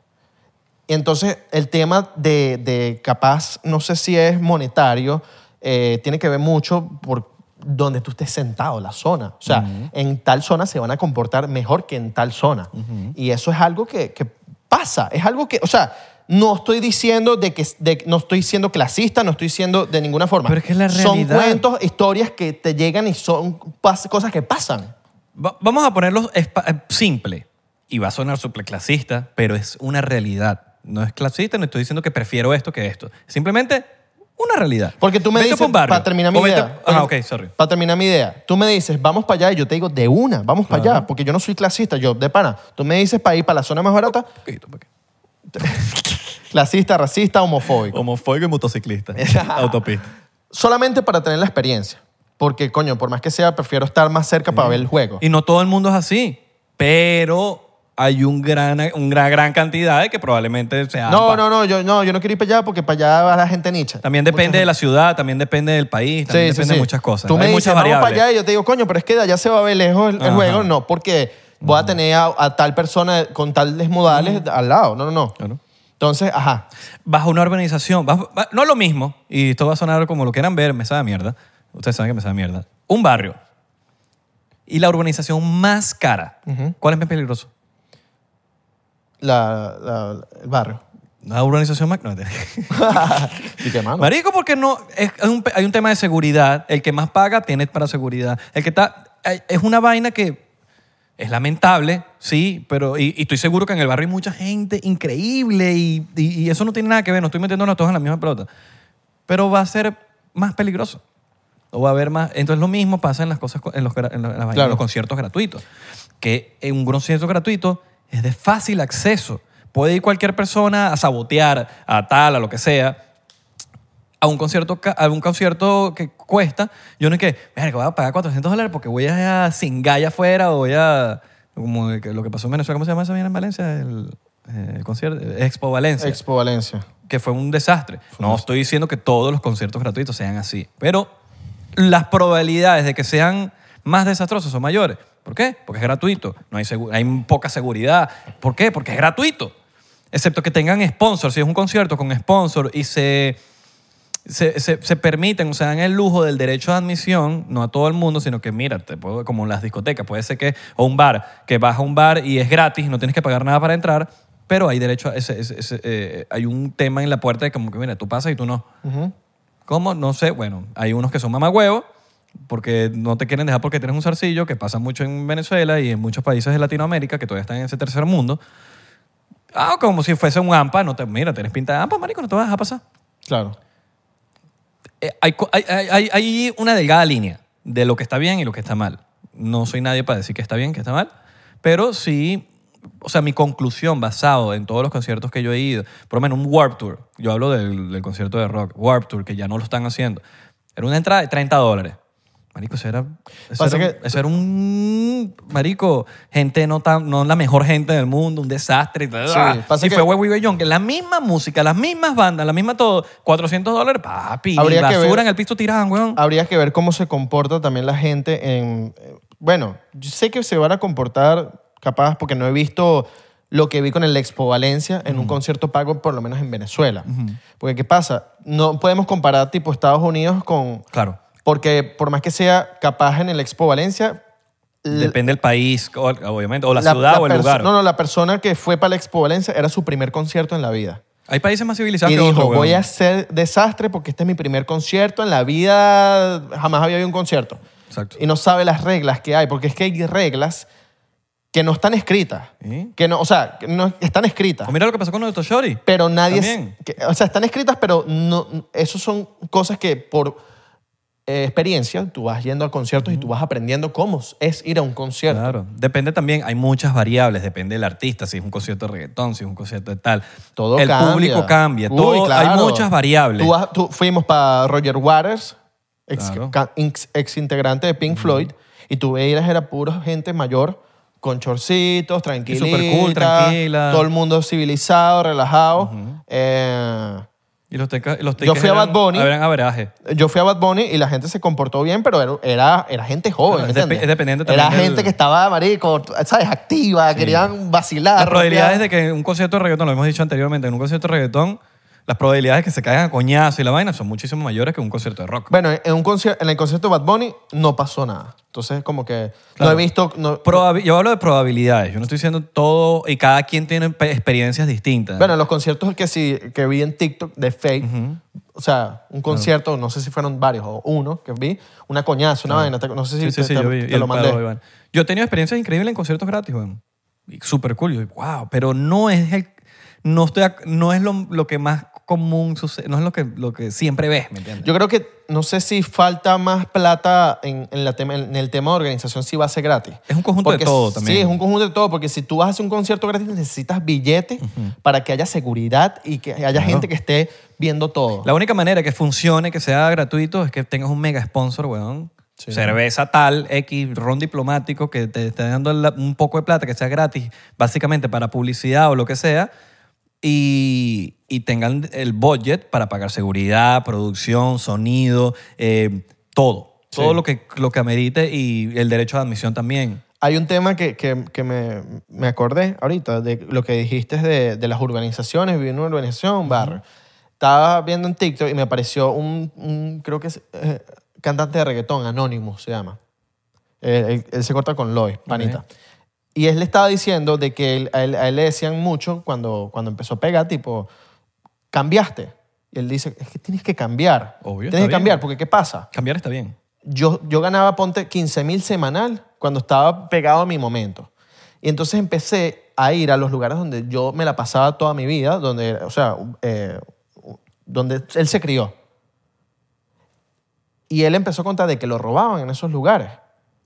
[SPEAKER 2] Y entonces el tema de, de capaz, no sé si es monetario, eh, tiene que ver mucho por donde tú estés sentado, la zona. O sea, en tal zona se van a comportar mejor que en tal zona. Y eso es algo que, que pasa, es algo que, o sea, no estoy diciendo de que de- no estoy siendo clasista, no estoy siendo de ninguna forma.
[SPEAKER 1] Pero es que es la
[SPEAKER 2] Son
[SPEAKER 1] realidad.
[SPEAKER 2] cuentos, historias que te llegan y son pas- cosas que pasan.
[SPEAKER 1] Va- vamos a ponerlo espa- eh, simple. Y va a sonar superclasista, pero es una realidad. No es clasista, no estoy diciendo que prefiero esto que esto. Simplemente una realidad.
[SPEAKER 2] Porque tú me
[SPEAKER 1] Vente pa'
[SPEAKER 2] dices,
[SPEAKER 1] un barrio.
[SPEAKER 2] para terminar mi
[SPEAKER 1] O vente-
[SPEAKER 2] idea.
[SPEAKER 1] Ajá, ok, sorry.
[SPEAKER 2] Para terminar mi idea. Tú me dices, vamos para allá, y yo te digo, de una, vamos para allá, porque yo no soy clasista, yo de pana. Tú me dices, para ir para la zona más barata,
[SPEAKER 1] Poquito, poquito.
[SPEAKER 2] clasista, racista, homofóbico.
[SPEAKER 1] Homofóbico y motociclista. Autopista.
[SPEAKER 2] Solamente para tener la experiencia. Porque, coño, por más que sea, prefiero estar más cerca para ver el juego.
[SPEAKER 1] Y no todo el mundo es así, pero hay un gran, una gran cantidad de que probablemente sea...
[SPEAKER 2] no, no, no, yo no, yo no quiero ir para allá porque para allá va la gente nicha.
[SPEAKER 1] También
[SPEAKER 2] Mucha
[SPEAKER 1] depende
[SPEAKER 2] gente.
[SPEAKER 1] de la ciudad, también depende del país, también depende de muchas cosas.
[SPEAKER 2] Tú me
[SPEAKER 1] Hay
[SPEAKER 2] dices,
[SPEAKER 1] muchas
[SPEAKER 2] vamos para
[SPEAKER 1] variables.
[SPEAKER 2] allá y yo te digo, coño, pero es que de allá se va a ver lejos el, el
[SPEAKER 1] Ajá.
[SPEAKER 2] juego. No, porque voy a tener a, a tal persona con tales modales al lado. No, no, no.
[SPEAKER 1] Claro.
[SPEAKER 2] Entonces, ajá.
[SPEAKER 1] vas a una urbanización, vas- va- no es lo mismo, y esto va a sonar como lo quieran ver, me sabe a mierda, ustedes saben que me sabe a mierda, un barrio. y la urbanización más cara, ¿cuál es más peligroso?
[SPEAKER 2] La, la- el barrio.
[SPEAKER 1] La urbanización más... No, mentira.
[SPEAKER 2] ¿Y qué mano?
[SPEAKER 1] Marico, porque no... Es, es un, pe- hay un tema de seguridad. El que más paga tiene para seguridad. El que está... hay- Es una vaina que es lamentable, sí, pero... Y, y estoy seguro que en el barrio hay mucha gente increíble y, y- y eso no tiene nada que ver. No estoy metiéndonos todos en la misma pelota. Pero va a ser más peligroso. O va a haber más... Entonces lo mismo pasa en las cosas... co- En los, gra- en los- en las vainas-
[SPEAKER 2] Claro.
[SPEAKER 1] los conciertos gratuitos. Que en un concierto gratuito es de fácil acceso. Puede ir cualquier persona a sabotear, a tal, a lo que sea a un concierto, ca- a un concierto que cuesta, yo no es que, verga, voy a pagar 400 dólares porque voy a Singaya afuera o voy a. Como que lo que pasó en Venezuela, ¿cómo se llama esa mierda en Valencia? El, eh, el concierto, Expo Valencia,
[SPEAKER 2] Expo Valencia.
[SPEAKER 1] que fue un desastre. No estoy diciendo que todos los conciertos gratuitos sean así, pero las probabilidades de que sean más desastrosos son mayores. ¿Por qué? Porque es gratuito, no hay, segu- hay poca seguridad. ¿Por qué? Porque es gratuito. Excepto que tengan sponsor, si es un concierto con sponsor y se se, se- se permiten, o sea, dan el lujo del derecho de admisión, no a todo el mundo, sino que mira, te puedo- como en las discotecas, puede ser que, o un bar, que vas a un bar y es gratis, no tienes que pagar nada para entrar, pero hay derecho a ese, ese- ese, eh, hay un tema en la puerta de como que, mira, tú pasas y tú no. ¿Cómo? No sé, bueno, hay unos que son mamagüevos, porque no te quieren dejar porque tienes un zarcillo, que pasa mucho en Venezuela y en muchos países de Latinoamérica que todavía están en ese tercer mundo. Ah, como si fuese un AMPA, no te, mira, tienes pinta de AMPA, marico, no te vas a dejar pasar.
[SPEAKER 2] Claro.
[SPEAKER 1] Eh, hay, co- hay- hay- hay- hay una delgada línea de lo que está bien y lo que está mal. No soy nadie para decir que está bien, que está mal, pero sí, o sea, mi conclusión basado en todos los conciertos que yo he ido, por lo menos un Warp Tour, yo hablo del, del concierto de rock, Warp Tour, que ya no lo están haciendo, era una entrada de 30 dólares. Marico, eso era, eso
[SPEAKER 2] Pasa
[SPEAKER 1] era-
[SPEAKER 2] que-
[SPEAKER 1] eso era un... Marico, gente no tan no la mejor gente del mundo, un desastre. y tal.
[SPEAKER 2] Sí,
[SPEAKER 1] Ah,
[SPEAKER 2] pasa
[SPEAKER 1] y
[SPEAKER 2] que-
[SPEAKER 1] fue Where We Were Young, que la misma música, las mismas bandas, la misma todo, 400 dólares, papi, y
[SPEAKER 2] Habría que
[SPEAKER 1] basura
[SPEAKER 2] ver- Ah,
[SPEAKER 1] en el piso tiraban, weón.
[SPEAKER 2] Habría que ver cómo se comporta también la gente en... eh, Bueno, yo sé que se van a comportar capaz porque no he visto lo que vi con el Expo Valencia en un concierto pago, por lo menos en Venezuela. Porque ¿qué pasa? No podemos comparar tipo Estados Unidos con...
[SPEAKER 1] Claro.
[SPEAKER 2] Porque por más que sea capaz en el Expo Valencia... l-
[SPEAKER 1] Depende del país, o- obviamente, o la,
[SPEAKER 2] la-
[SPEAKER 1] ciudad
[SPEAKER 2] la
[SPEAKER 1] o el
[SPEAKER 2] perso-
[SPEAKER 1] lugar.
[SPEAKER 2] No, no, la persona que fue para el Expo Valencia era su primer concierto en la vida.
[SPEAKER 1] Hay países más civilizados
[SPEAKER 2] Y
[SPEAKER 1] que
[SPEAKER 2] dijo,
[SPEAKER 1] otros, weón.
[SPEAKER 2] voy a hacer desastre porque este es mi primer concierto. En la vida jamás había habido un concierto.
[SPEAKER 1] Exacto.
[SPEAKER 2] Y no sabe las reglas que hay, porque es que hay reglas que no están escritas.
[SPEAKER 1] ¿Y?
[SPEAKER 2] Que no, o sea, que no están escritas.
[SPEAKER 1] O mira lo que pasó con nuestro Shorty.
[SPEAKER 2] Pero nadie...
[SPEAKER 1] También.
[SPEAKER 2] que- o sea, están escritas, pero no, eso son cosas que por eh, experiencia tú vas yendo a conciertos y tú vas aprendiendo cómo es ir a un concierto.
[SPEAKER 1] Claro. Depende también, hay muchas variables, depende del artista, si es un concierto de reggaetón, si es un concierto de tal.
[SPEAKER 2] Todo
[SPEAKER 1] el
[SPEAKER 2] cambia.
[SPEAKER 1] público cambia,
[SPEAKER 2] Uy,
[SPEAKER 1] todo, hay
[SPEAKER 2] claro.
[SPEAKER 1] muchas variables.
[SPEAKER 2] Tú vas- tú- fuimos para Roger Waters, ex,
[SPEAKER 1] Claro.
[SPEAKER 2] ca- ex- ex integrante de Pink Floyd, y tú veías era pura gente mayor con chorcitos,
[SPEAKER 1] cool,
[SPEAKER 2] tranquilita,
[SPEAKER 1] tranquila.
[SPEAKER 2] todo el mundo civilizado, relajado. Eh,
[SPEAKER 1] y los, teca- los
[SPEAKER 2] Yo
[SPEAKER 1] tickets
[SPEAKER 2] fui a
[SPEAKER 1] eran-
[SPEAKER 2] Bad Bunny.
[SPEAKER 1] eran averaje.
[SPEAKER 2] yo fui a Bad Bunny y la gente se comportó bien, pero era, era, era gente
[SPEAKER 1] Claro,
[SPEAKER 2] joven. ¿me
[SPEAKER 1] es depe-
[SPEAKER 2] entiendes?
[SPEAKER 1] es dependiente
[SPEAKER 2] Era
[SPEAKER 1] también del-
[SPEAKER 2] gente que estaba, marico, ¿sabes? Activa, querían vacilar.
[SPEAKER 1] Las probabilidades de
[SPEAKER 2] rompear.
[SPEAKER 1] que en un concierto de reggaetón, lo hemos dicho anteriormente, en un concierto de reggaetón, las probabilidades de que se caigan a coñazo y la vaina son muchísimo mayores que en un concierto de rock.
[SPEAKER 2] Bueno, en, un concier- en el concierto de Bad Bunny no pasó nada. Entonces, como que
[SPEAKER 1] Claro.
[SPEAKER 2] no he visto. no-
[SPEAKER 1] Probabi- yo hablo de probabilidades, yo no estoy diciendo todo y cada quien tiene pe- experiencias distintas.
[SPEAKER 2] Bueno, en los conciertos que, sí, que vi en TikTok de Fake, o sea, un concierto, no sé si fueron varios o uno que vi, una coñazo, una vaina, te- no sé si
[SPEAKER 1] sí, sí,
[SPEAKER 2] te,
[SPEAKER 1] sí,
[SPEAKER 2] te-
[SPEAKER 1] yo vi.
[SPEAKER 2] te
[SPEAKER 1] y el
[SPEAKER 2] lo mandé.
[SPEAKER 1] paro, Iván. Yo he tenido experiencias increíbles en conciertos gratis, weón. Y Súper cool. Yo, wow, pero no es el... No, estoy, ac- no es lo, lo que más común sucede, no es lo que, lo que siempre ves, ¿me entiendes?
[SPEAKER 2] Yo creo que no sé si falta más plata en, en la tema- en el tema de organización si va a ser gratis.
[SPEAKER 1] Es un conjunto de
[SPEAKER 2] Porque
[SPEAKER 1] todo
[SPEAKER 2] sí,
[SPEAKER 1] también.
[SPEAKER 2] es un conjunto de todo, porque si tú vas a hacer un concierto gratis necesitas billetes para que haya seguridad y que haya gente que esté viendo todo.
[SPEAKER 1] La única manera que funcione, que sea gratuito, es que tengas un mega sponsor, weón. Cerveza tal, X, ron diplomático, que te esté dando la- un poco de plata, que sea gratis, básicamente para publicidad o lo que sea, y, y tengan el budget para pagar seguridad, producción, sonido, eh, todo. Todo lo que, lo que amerite y el derecho de admisión también.
[SPEAKER 2] Hay un tema que, que- que me, me acordé ahorita de lo que dijiste de, de las urbanizaciones, viví en una urbanización, un barrio. Estaba viendo en TikTok y me apareció un, un- creo que es eh, cantante de reggaetón, Anonymous se llama. Él, él- él se corta con Lois, panita. Y él le estaba diciendo de que él- a, él, a él le decían mucho cuando, cuando empezó a pegar, tipo, cambiaste. Y él dice, es que tienes que cambiar.
[SPEAKER 1] Obvio, está
[SPEAKER 2] tienes que
[SPEAKER 1] bien.
[SPEAKER 2] cambiar, porque ¿qué pasa?
[SPEAKER 1] Cambiar está bien.
[SPEAKER 2] yo, yo ganaba, ponte, 15 mil semanal cuando estaba pegado a mi momento. Y entonces empecé a ir a los lugares donde yo me la pasaba toda mi vida, donde, o sea, eh, donde él se crió. Y él empezó a contar de que lo robaban en esos lugares.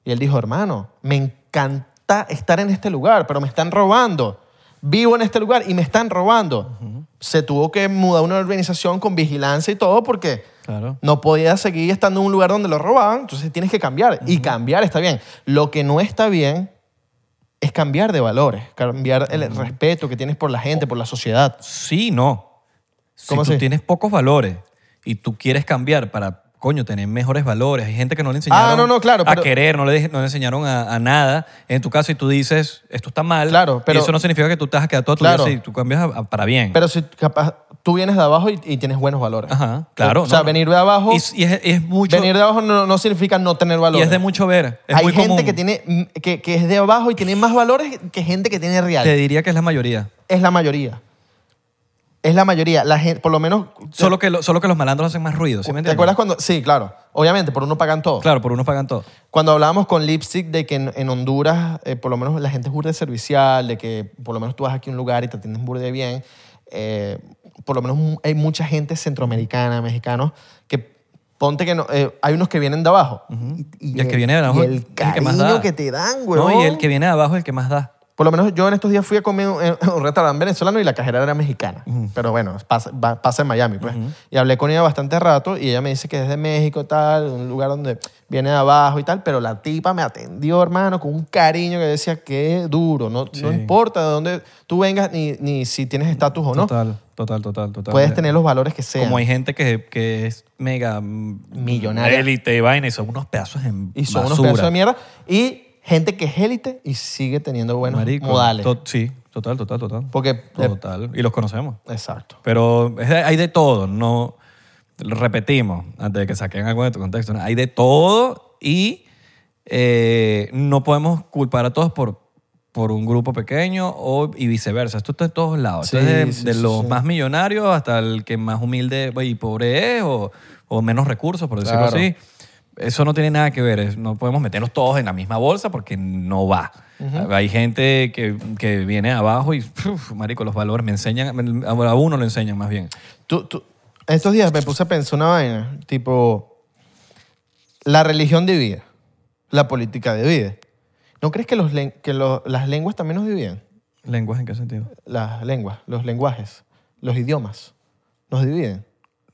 [SPEAKER 2] Y él dijo, hermano, me encanta estar en este lugar, pero me están robando. Vivo en este lugar y me están robando. Se tuvo que mudar a una organización con vigilancia y todo porque
[SPEAKER 1] Claro.
[SPEAKER 2] no podía seguir estando en un lugar donde lo robaban, entonces tienes que cambiar. Y cambiar está bien. Lo que no está bien es cambiar de valores, cambiar el respeto que tienes por la gente, por la sociedad.
[SPEAKER 1] Sí, no. Si
[SPEAKER 2] ¿Cómo
[SPEAKER 1] tú
[SPEAKER 2] así?
[SPEAKER 1] tienes pocos valores y tú quieres cambiar para, coño, tener mejores valores, hay gente que no le enseñaron
[SPEAKER 2] Ah, no, no, claro,
[SPEAKER 1] a
[SPEAKER 2] pero-
[SPEAKER 1] querer, no le, dej- no le enseñaron a, a nada. En tu caso, y tú dices, esto está mal,
[SPEAKER 2] Claro, pero-
[SPEAKER 1] y eso no significa que tú te vas a quedar toda tu
[SPEAKER 2] Claro.
[SPEAKER 1] vida si tú cambias a- a- para bien.
[SPEAKER 2] Pero si capaz tú vienes de abajo y, y tienes buenos valores.
[SPEAKER 1] Ajá, claro.
[SPEAKER 2] O sea,
[SPEAKER 1] no, no.
[SPEAKER 2] venir de abajo,
[SPEAKER 1] Y, es- y es, y es mucho,
[SPEAKER 2] venir de abajo no, no significa no tener
[SPEAKER 1] y
[SPEAKER 2] valores.
[SPEAKER 1] es de mucho ver. Es
[SPEAKER 2] Hay
[SPEAKER 1] muy
[SPEAKER 2] gente
[SPEAKER 1] común.
[SPEAKER 2] que tiene mm, que, que es de abajo y tiene más valores que gente que tiene real.
[SPEAKER 1] Te diría que es la mayoría.
[SPEAKER 2] Es la mayoría. Es la mayoría. La gente, por lo menos.
[SPEAKER 1] Solo que, lo- solo que los malandros hacen más ruido, ¿sí me
[SPEAKER 2] ¿Te
[SPEAKER 1] entiendes?
[SPEAKER 2] acuerdas cuando? Sí, claro. Obviamente, por uno pagan todo.
[SPEAKER 1] Claro, por unos pagan todo.
[SPEAKER 2] Cuando hablábamos con Lipstick de que en, en Honduras, eh, por lo menos la gente es burde servicial, de que por lo menos tú vas aquí a un lugar y te atienden burde bien, eh, por lo menos mu- hay mucha gente centroamericana, mexicanos, que ponte que no, eh, hay unos que vienen de abajo.
[SPEAKER 1] Y, el que viene de abajo
[SPEAKER 2] y el
[SPEAKER 1] es el
[SPEAKER 2] cariño
[SPEAKER 1] que más da.
[SPEAKER 2] que te dan,
[SPEAKER 1] No,
[SPEAKER 2] güey.
[SPEAKER 1] y el que viene de abajo es el que más da.
[SPEAKER 2] Por lo menos yo en estos días fui a comer en en un restaurante venezolano y la cajera era mexicana. Pero bueno, pasa, va- pasa en Miami, pues. Y hablé con ella bastante rato y ella me dice que es de México, tal, un lugar donde viene de abajo y tal. Pero la tipa me atendió, hermano, con un cariño que decía, qué duro. No, no importa de dónde tú vengas ni, ni si tienes estatus o no.
[SPEAKER 1] Total, total, total, total.
[SPEAKER 2] Puedes tener los valores que sean.
[SPEAKER 1] Como hay gente que, que es mega mm,
[SPEAKER 2] Millonaria.
[SPEAKER 1] Élite y vaina y son unos pedazos en
[SPEAKER 2] y son unos
[SPEAKER 1] basura.
[SPEAKER 2] pedazos de mierda. Y gente que es élite y sigue teniendo buenos
[SPEAKER 1] Marico,
[SPEAKER 2] modales.
[SPEAKER 1] to- sí, total, total, total.
[SPEAKER 2] Porque- eh,
[SPEAKER 1] total. Y los conocemos.
[SPEAKER 2] Exacto.
[SPEAKER 1] Pero es de- hay de todo, no lo repetimos antes de que saquen algo de tu contexto. ¿no? Hay de todo y eh, no podemos culpar a todos por, por un grupo pequeño o, y viceversa. Esto está en todos lados. Esto
[SPEAKER 2] Sí,
[SPEAKER 1] es de,
[SPEAKER 2] sí,
[SPEAKER 1] de
[SPEAKER 2] sí,
[SPEAKER 1] los
[SPEAKER 2] sí.
[SPEAKER 1] más millonarios hasta el que más humilde y pobre es o, o menos recursos, por decirlo
[SPEAKER 2] Claro.
[SPEAKER 1] así. Eso no tiene nada que ver, es- no podemos meterlos todos en la misma bolsa porque no va. Hay gente que, que viene abajo y, uf, marico, los valores me enseñan, me- a uno lo enseñan más bien.
[SPEAKER 2] Tú, tú- estos días me puse a pensar una vaina, tipo, la religión divide, la política divide. ¿No crees que, los, len- que los- las lenguas también nos dividen?
[SPEAKER 1] ¿Lenguas en qué sentido?
[SPEAKER 2] Las lenguas, los lenguajes, los idiomas, nos dividen.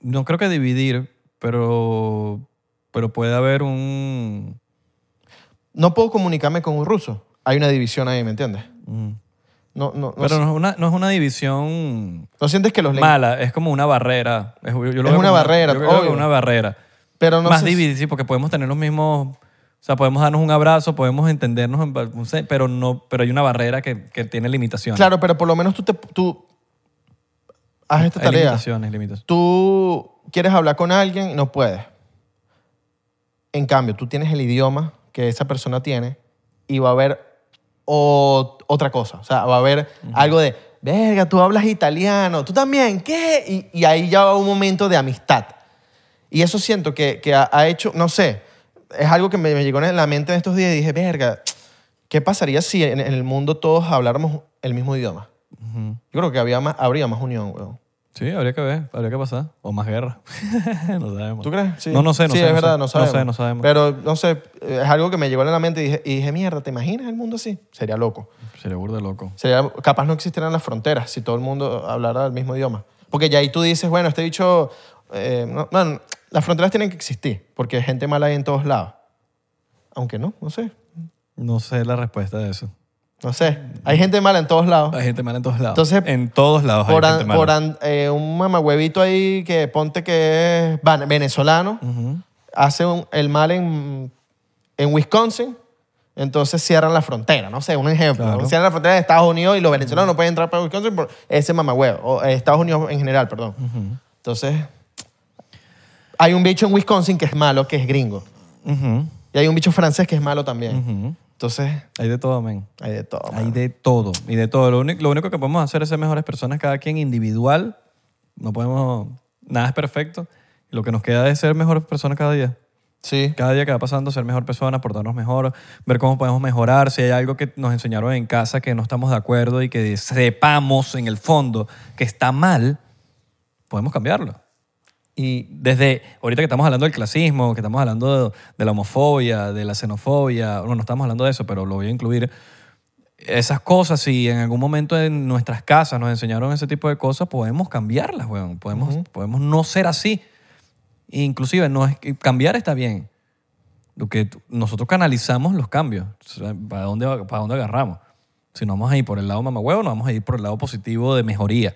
[SPEAKER 1] No creo que dividir, pero, pero puede haber un...
[SPEAKER 2] No puedo comunicarme con un ruso. Hay una división ahí, ¿me entiendes? No, no, no,
[SPEAKER 1] Mm. Pero
[SPEAKER 2] si-
[SPEAKER 1] no es una, no es una división
[SPEAKER 2] ¿no sientes que los lenguajes...
[SPEAKER 1] mala, es como una barrera. Es, yo- yo lo
[SPEAKER 2] Es
[SPEAKER 1] veo como
[SPEAKER 2] una barrera,
[SPEAKER 1] yo creo que
[SPEAKER 2] obvio.
[SPEAKER 1] una barrera.
[SPEAKER 2] Pero no
[SPEAKER 1] más
[SPEAKER 2] sé si-
[SPEAKER 1] dividir, sí, porque podemos tener los mismos... O sea, podemos darnos un abrazo, podemos entendernos, en- no sé, pero, no, pero hay una barrera que, que tiene limitaciones.
[SPEAKER 2] Claro, pero por lo menos tú, te, tú haz esta
[SPEAKER 1] Hay
[SPEAKER 2] tarea.
[SPEAKER 1] limitaciones, limitaciones.
[SPEAKER 2] tú quieres hablar con alguien y no puedes. En cambio, tú tienes el idioma que esa persona tiene y va a haber o- otra cosa. O sea, va a haber algo de, verga, tú hablas italiano, tú también, ¿qué? Y, y ahí ya va un momento de amistad. Y eso siento que, que ha, ha hecho, no sé, es algo que me, me llegó en la mente en estos días y dije, verga, ¿qué pasaría si en, en el mundo todos habláramos el mismo idioma? Yo creo que había más, habría más unión, weón.
[SPEAKER 1] Sí, habría que ver, habría que pasar. O más guerra. no sabemos.
[SPEAKER 2] ¿Tú crees?
[SPEAKER 1] No, no sé, no
[SPEAKER 2] sí,
[SPEAKER 1] sé.
[SPEAKER 2] es verdad,
[SPEAKER 1] sé.
[SPEAKER 2] no sabemos.
[SPEAKER 1] No sé, no sabemos.
[SPEAKER 2] Pero, no sé, eh, es algo que me llegó a la mente y dije, y dije, mierda, ¿te imaginas el mundo así? Sería loco.
[SPEAKER 1] Sería burda de loco.
[SPEAKER 2] Sería, capaz no existieran las fronteras si todo el mundo hablara el mismo idioma. Porque ya ahí tú dices, bueno, este dicho... eh, no- bueno, las fronteras tienen que existir porque hay gente mala ahí en todos lados. Aunque no, no sé.
[SPEAKER 1] No sé la respuesta de eso.
[SPEAKER 2] No sé. Hay gente mala en todos lados.
[SPEAKER 1] Hay gente mala en todos lados.
[SPEAKER 2] Entonces,
[SPEAKER 1] en todos lados
[SPEAKER 2] por,
[SPEAKER 1] hay
[SPEAKER 2] an-
[SPEAKER 1] gente mala.
[SPEAKER 2] por an- eh, un mamahuevito ahí que ponte que es van- venezolano, hace un- el mal en, en Wisconsin, entonces cierran la frontera, no sé, un ejemplo.
[SPEAKER 1] Claro.
[SPEAKER 2] Cierran la frontera de Estados Unidos y los venezolanos no pueden entrar para Wisconsin por ese mamahuevo, o eh, Estados Unidos en general, perdón. Entonces, hay un bicho en Wisconsin que es malo, que es gringo.
[SPEAKER 1] Ujú.
[SPEAKER 2] Y hay un bicho francés que es malo también. Entonces,
[SPEAKER 1] Hay de todo, men.
[SPEAKER 2] hay de todo.
[SPEAKER 1] Hay
[SPEAKER 2] mano.
[SPEAKER 1] de todo. Y de todo. Lo único, lo único que podemos hacer es ser mejores personas, cada quien individual. No podemos. Nada es perfecto. Lo que nos queda es ser mejores personas cada día.
[SPEAKER 2] Sí.
[SPEAKER 1] Cada día que va pasando, ser mejor personas, portarnos mejor, ver cómo podemos mejorar. Si hay algo que nos enseñaron en casa que no estamos de acuerdo y que sepamos en el fondo que está mal, podemos cambiarlo. Y desde ahorita que estamos hablando del clasismo, que estamos hablando de, de la homofobia, de la xenofobia, bueno, no estamos hablando de eso, pero lo voy a incluir. Esas cosas, si en algún momento en nuestras casas nos enseñaron ese tipo de cosas, podemos cambiarlas, weón. Podemos, podemos no ser así. Inclusive, no es que cambiar está bien. Lo que tú- nosotros canalizamos los cambios. O sea, ¿Para dónde, va- ¿Para dónde agarramos? Si no vamos a ir por el lado mamagüevo, no vamos a ir por el lado positivo de mejoría.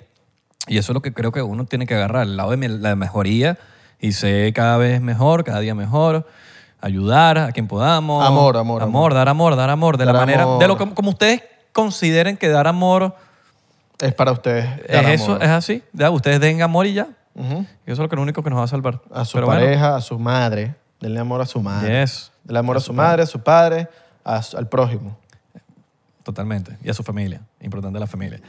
[SPEAKER 1] Y eso es lo que creo que uno tiene que agarrar, el lado de me- la mejoría y ser cada vez mejor, cada día mejor, ayudar a quien podamos.
[SPEAKER 2] Amor, amor,
[SPEAKER 1] Amor, dar amor, dar amor. De
[SPEAKER 2] Dar
[SPEAKER 1] la manera,
[SPEAKER 2] amor.
[SPEAKER 1] de lo que, como ustedes consideren que dar amor
[SPEAKER 2] Es para ustedes.
[SPEAKER 1] es
[SPEAKER 2] dar
[SPEAKER 1] eso,
[SPEAKER 2] amor.
[SPEAKER 1] es así. Ya, ustedes den amor y ya. Eso es lo, que, lo único que nos va a salvar.
[SPEAKER 2] A su
[SPEAKER 1] Pero bueno,
[SPEAKER 2] pareja, a su madre. Denle amor a su madre.
[SPEAKER 1] Yes.
[SPEAKER 2] Denle amor a su madre, a su padre, a su- al prójimo.
[SPEAKER 1] Totalmente. Y a su familia. Importante la familia.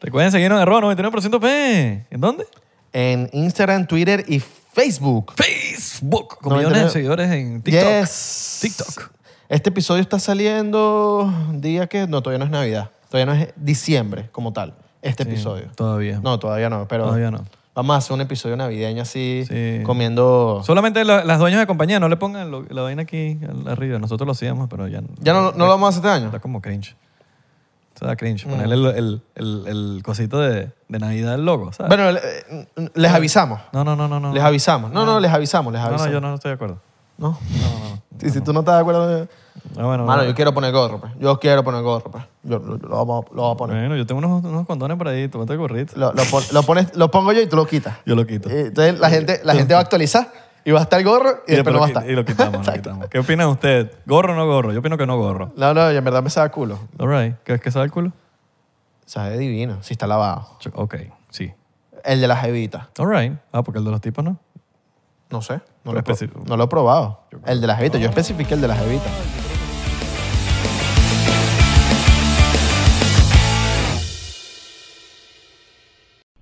[SPEAKER 1] Recuerden seguirnos en arroba 99% P. ¿En dónde?
[SPEAKER 2] En Instagram, Twitter y Facebook.
[SPEAKER 1] Facebook. Con millones de
[SPEAKER 2] 99.
[SPEAKER 1] seguidores en TikTok.
[SPEAKER 2] Yes.
[SPEAKER 1] TikTok.
[SPEAKER 2] Este episodio está saliendo día que... No, todavía no es Navidad. Todavía no es diciembre como tal. Este episodio.
[SPEAKER 1] todavía.
[SPEAKER 2] No, todavía no. Pero
[SPEAKER 1] Todavía no.
[SPEAKER 2] Vamos a hacer un episodio navideño así,
[SPEAKER 1] Sí.
[SPEAKER 2] comiendo...
[SPEAKER 1] Solamente la- las dueñas de compañía no le pongan lo- la vaina aquí al- arriba. Nosotros lo hacíamos, pero ya
[SPEAKER 2] ¿Ya no, no lo vamos a hacer este año?
[SPEAKER 1] Está como cringe. Está
[SPEAKER 2] Mm.
[SPEAKER 1] cringe. Ponerle el, el, el, el cosito de, de Navidad al logo, ¿sabes?
[SPEAKER 2] Bueno, eh, les avisamos.
[SPEAKER 1] no, no, no, no, no.
[SPEAKER 2] Les avisamos. No, no, les avisamos, les
[SPEAKER 1] No, no,
[SPEAKER 2] avisamos.
[SPEAKER 1] yo no estoy de acuerdo.
[SPEAKER 2] ¿No? Sí, si tú no estás de acuerdo... eh. de-
[SPEAKER 1] Ah, bueno,
[SPEAKER 2] Mano,
[SPEAKER 1] bueno.
[SPEAKER 2] yo quiero poner gorro, pues. Yo quiero poner gorro, pues. Yo, lo, lo vamos a- lo voy a poner.
[SPEAKER 1] Bueno, yo tengo unos, unos condones por ahí. Tómate el gorrito.
[SPEAKER 2] Lo, lo pon- lo pones, lo pongo yo y tú lo quitas.
[SPEAKER 1] Yo lo quito.
[SPEAKER 2] Eh, Entonces la gente, la gente va a actualizar y va a estar el gorro y,
[SPEAKER 1] Y
[SPEAKER 2] después
[SPEAKER 1] después
[SPEAKER 2] no
[SPEAKER 1] lo
[SPEAKER 2] va a
[SPEAKER 1] qui-
[SPEAKER 2] estar.
[SPEAKER 1] y lo quitamos, lo
[SPEAKER 2] Exacto.
[SPEAKER 1] quitamos. ¿Qué opina usted? ¿Gorro o no gorro? Yo opino que no gorro.
[SPEAKER 2] No, no, y en verdad me sabe a culo.
[SPEAKER 1] All right. ¿Qué es que sabe el culo?
[SPEAKER 2] Sabe divino, si está lavado.
[SPEAKER 1] Ch- Ok, sí.
[SPEAKER 2] El de las evitas.
[SPEAKER 1] All right. Ah, porque el de los tipos no.
[SPEAKER 2] No sé. No
[SPEAKER 1] Pero
[SPEAKER 2] lo, he pro-
[SPEAKER 1] especi-
[SPEAKER 2] no lo he probado. El de las evitas. Yo especifiqué el de las evitas.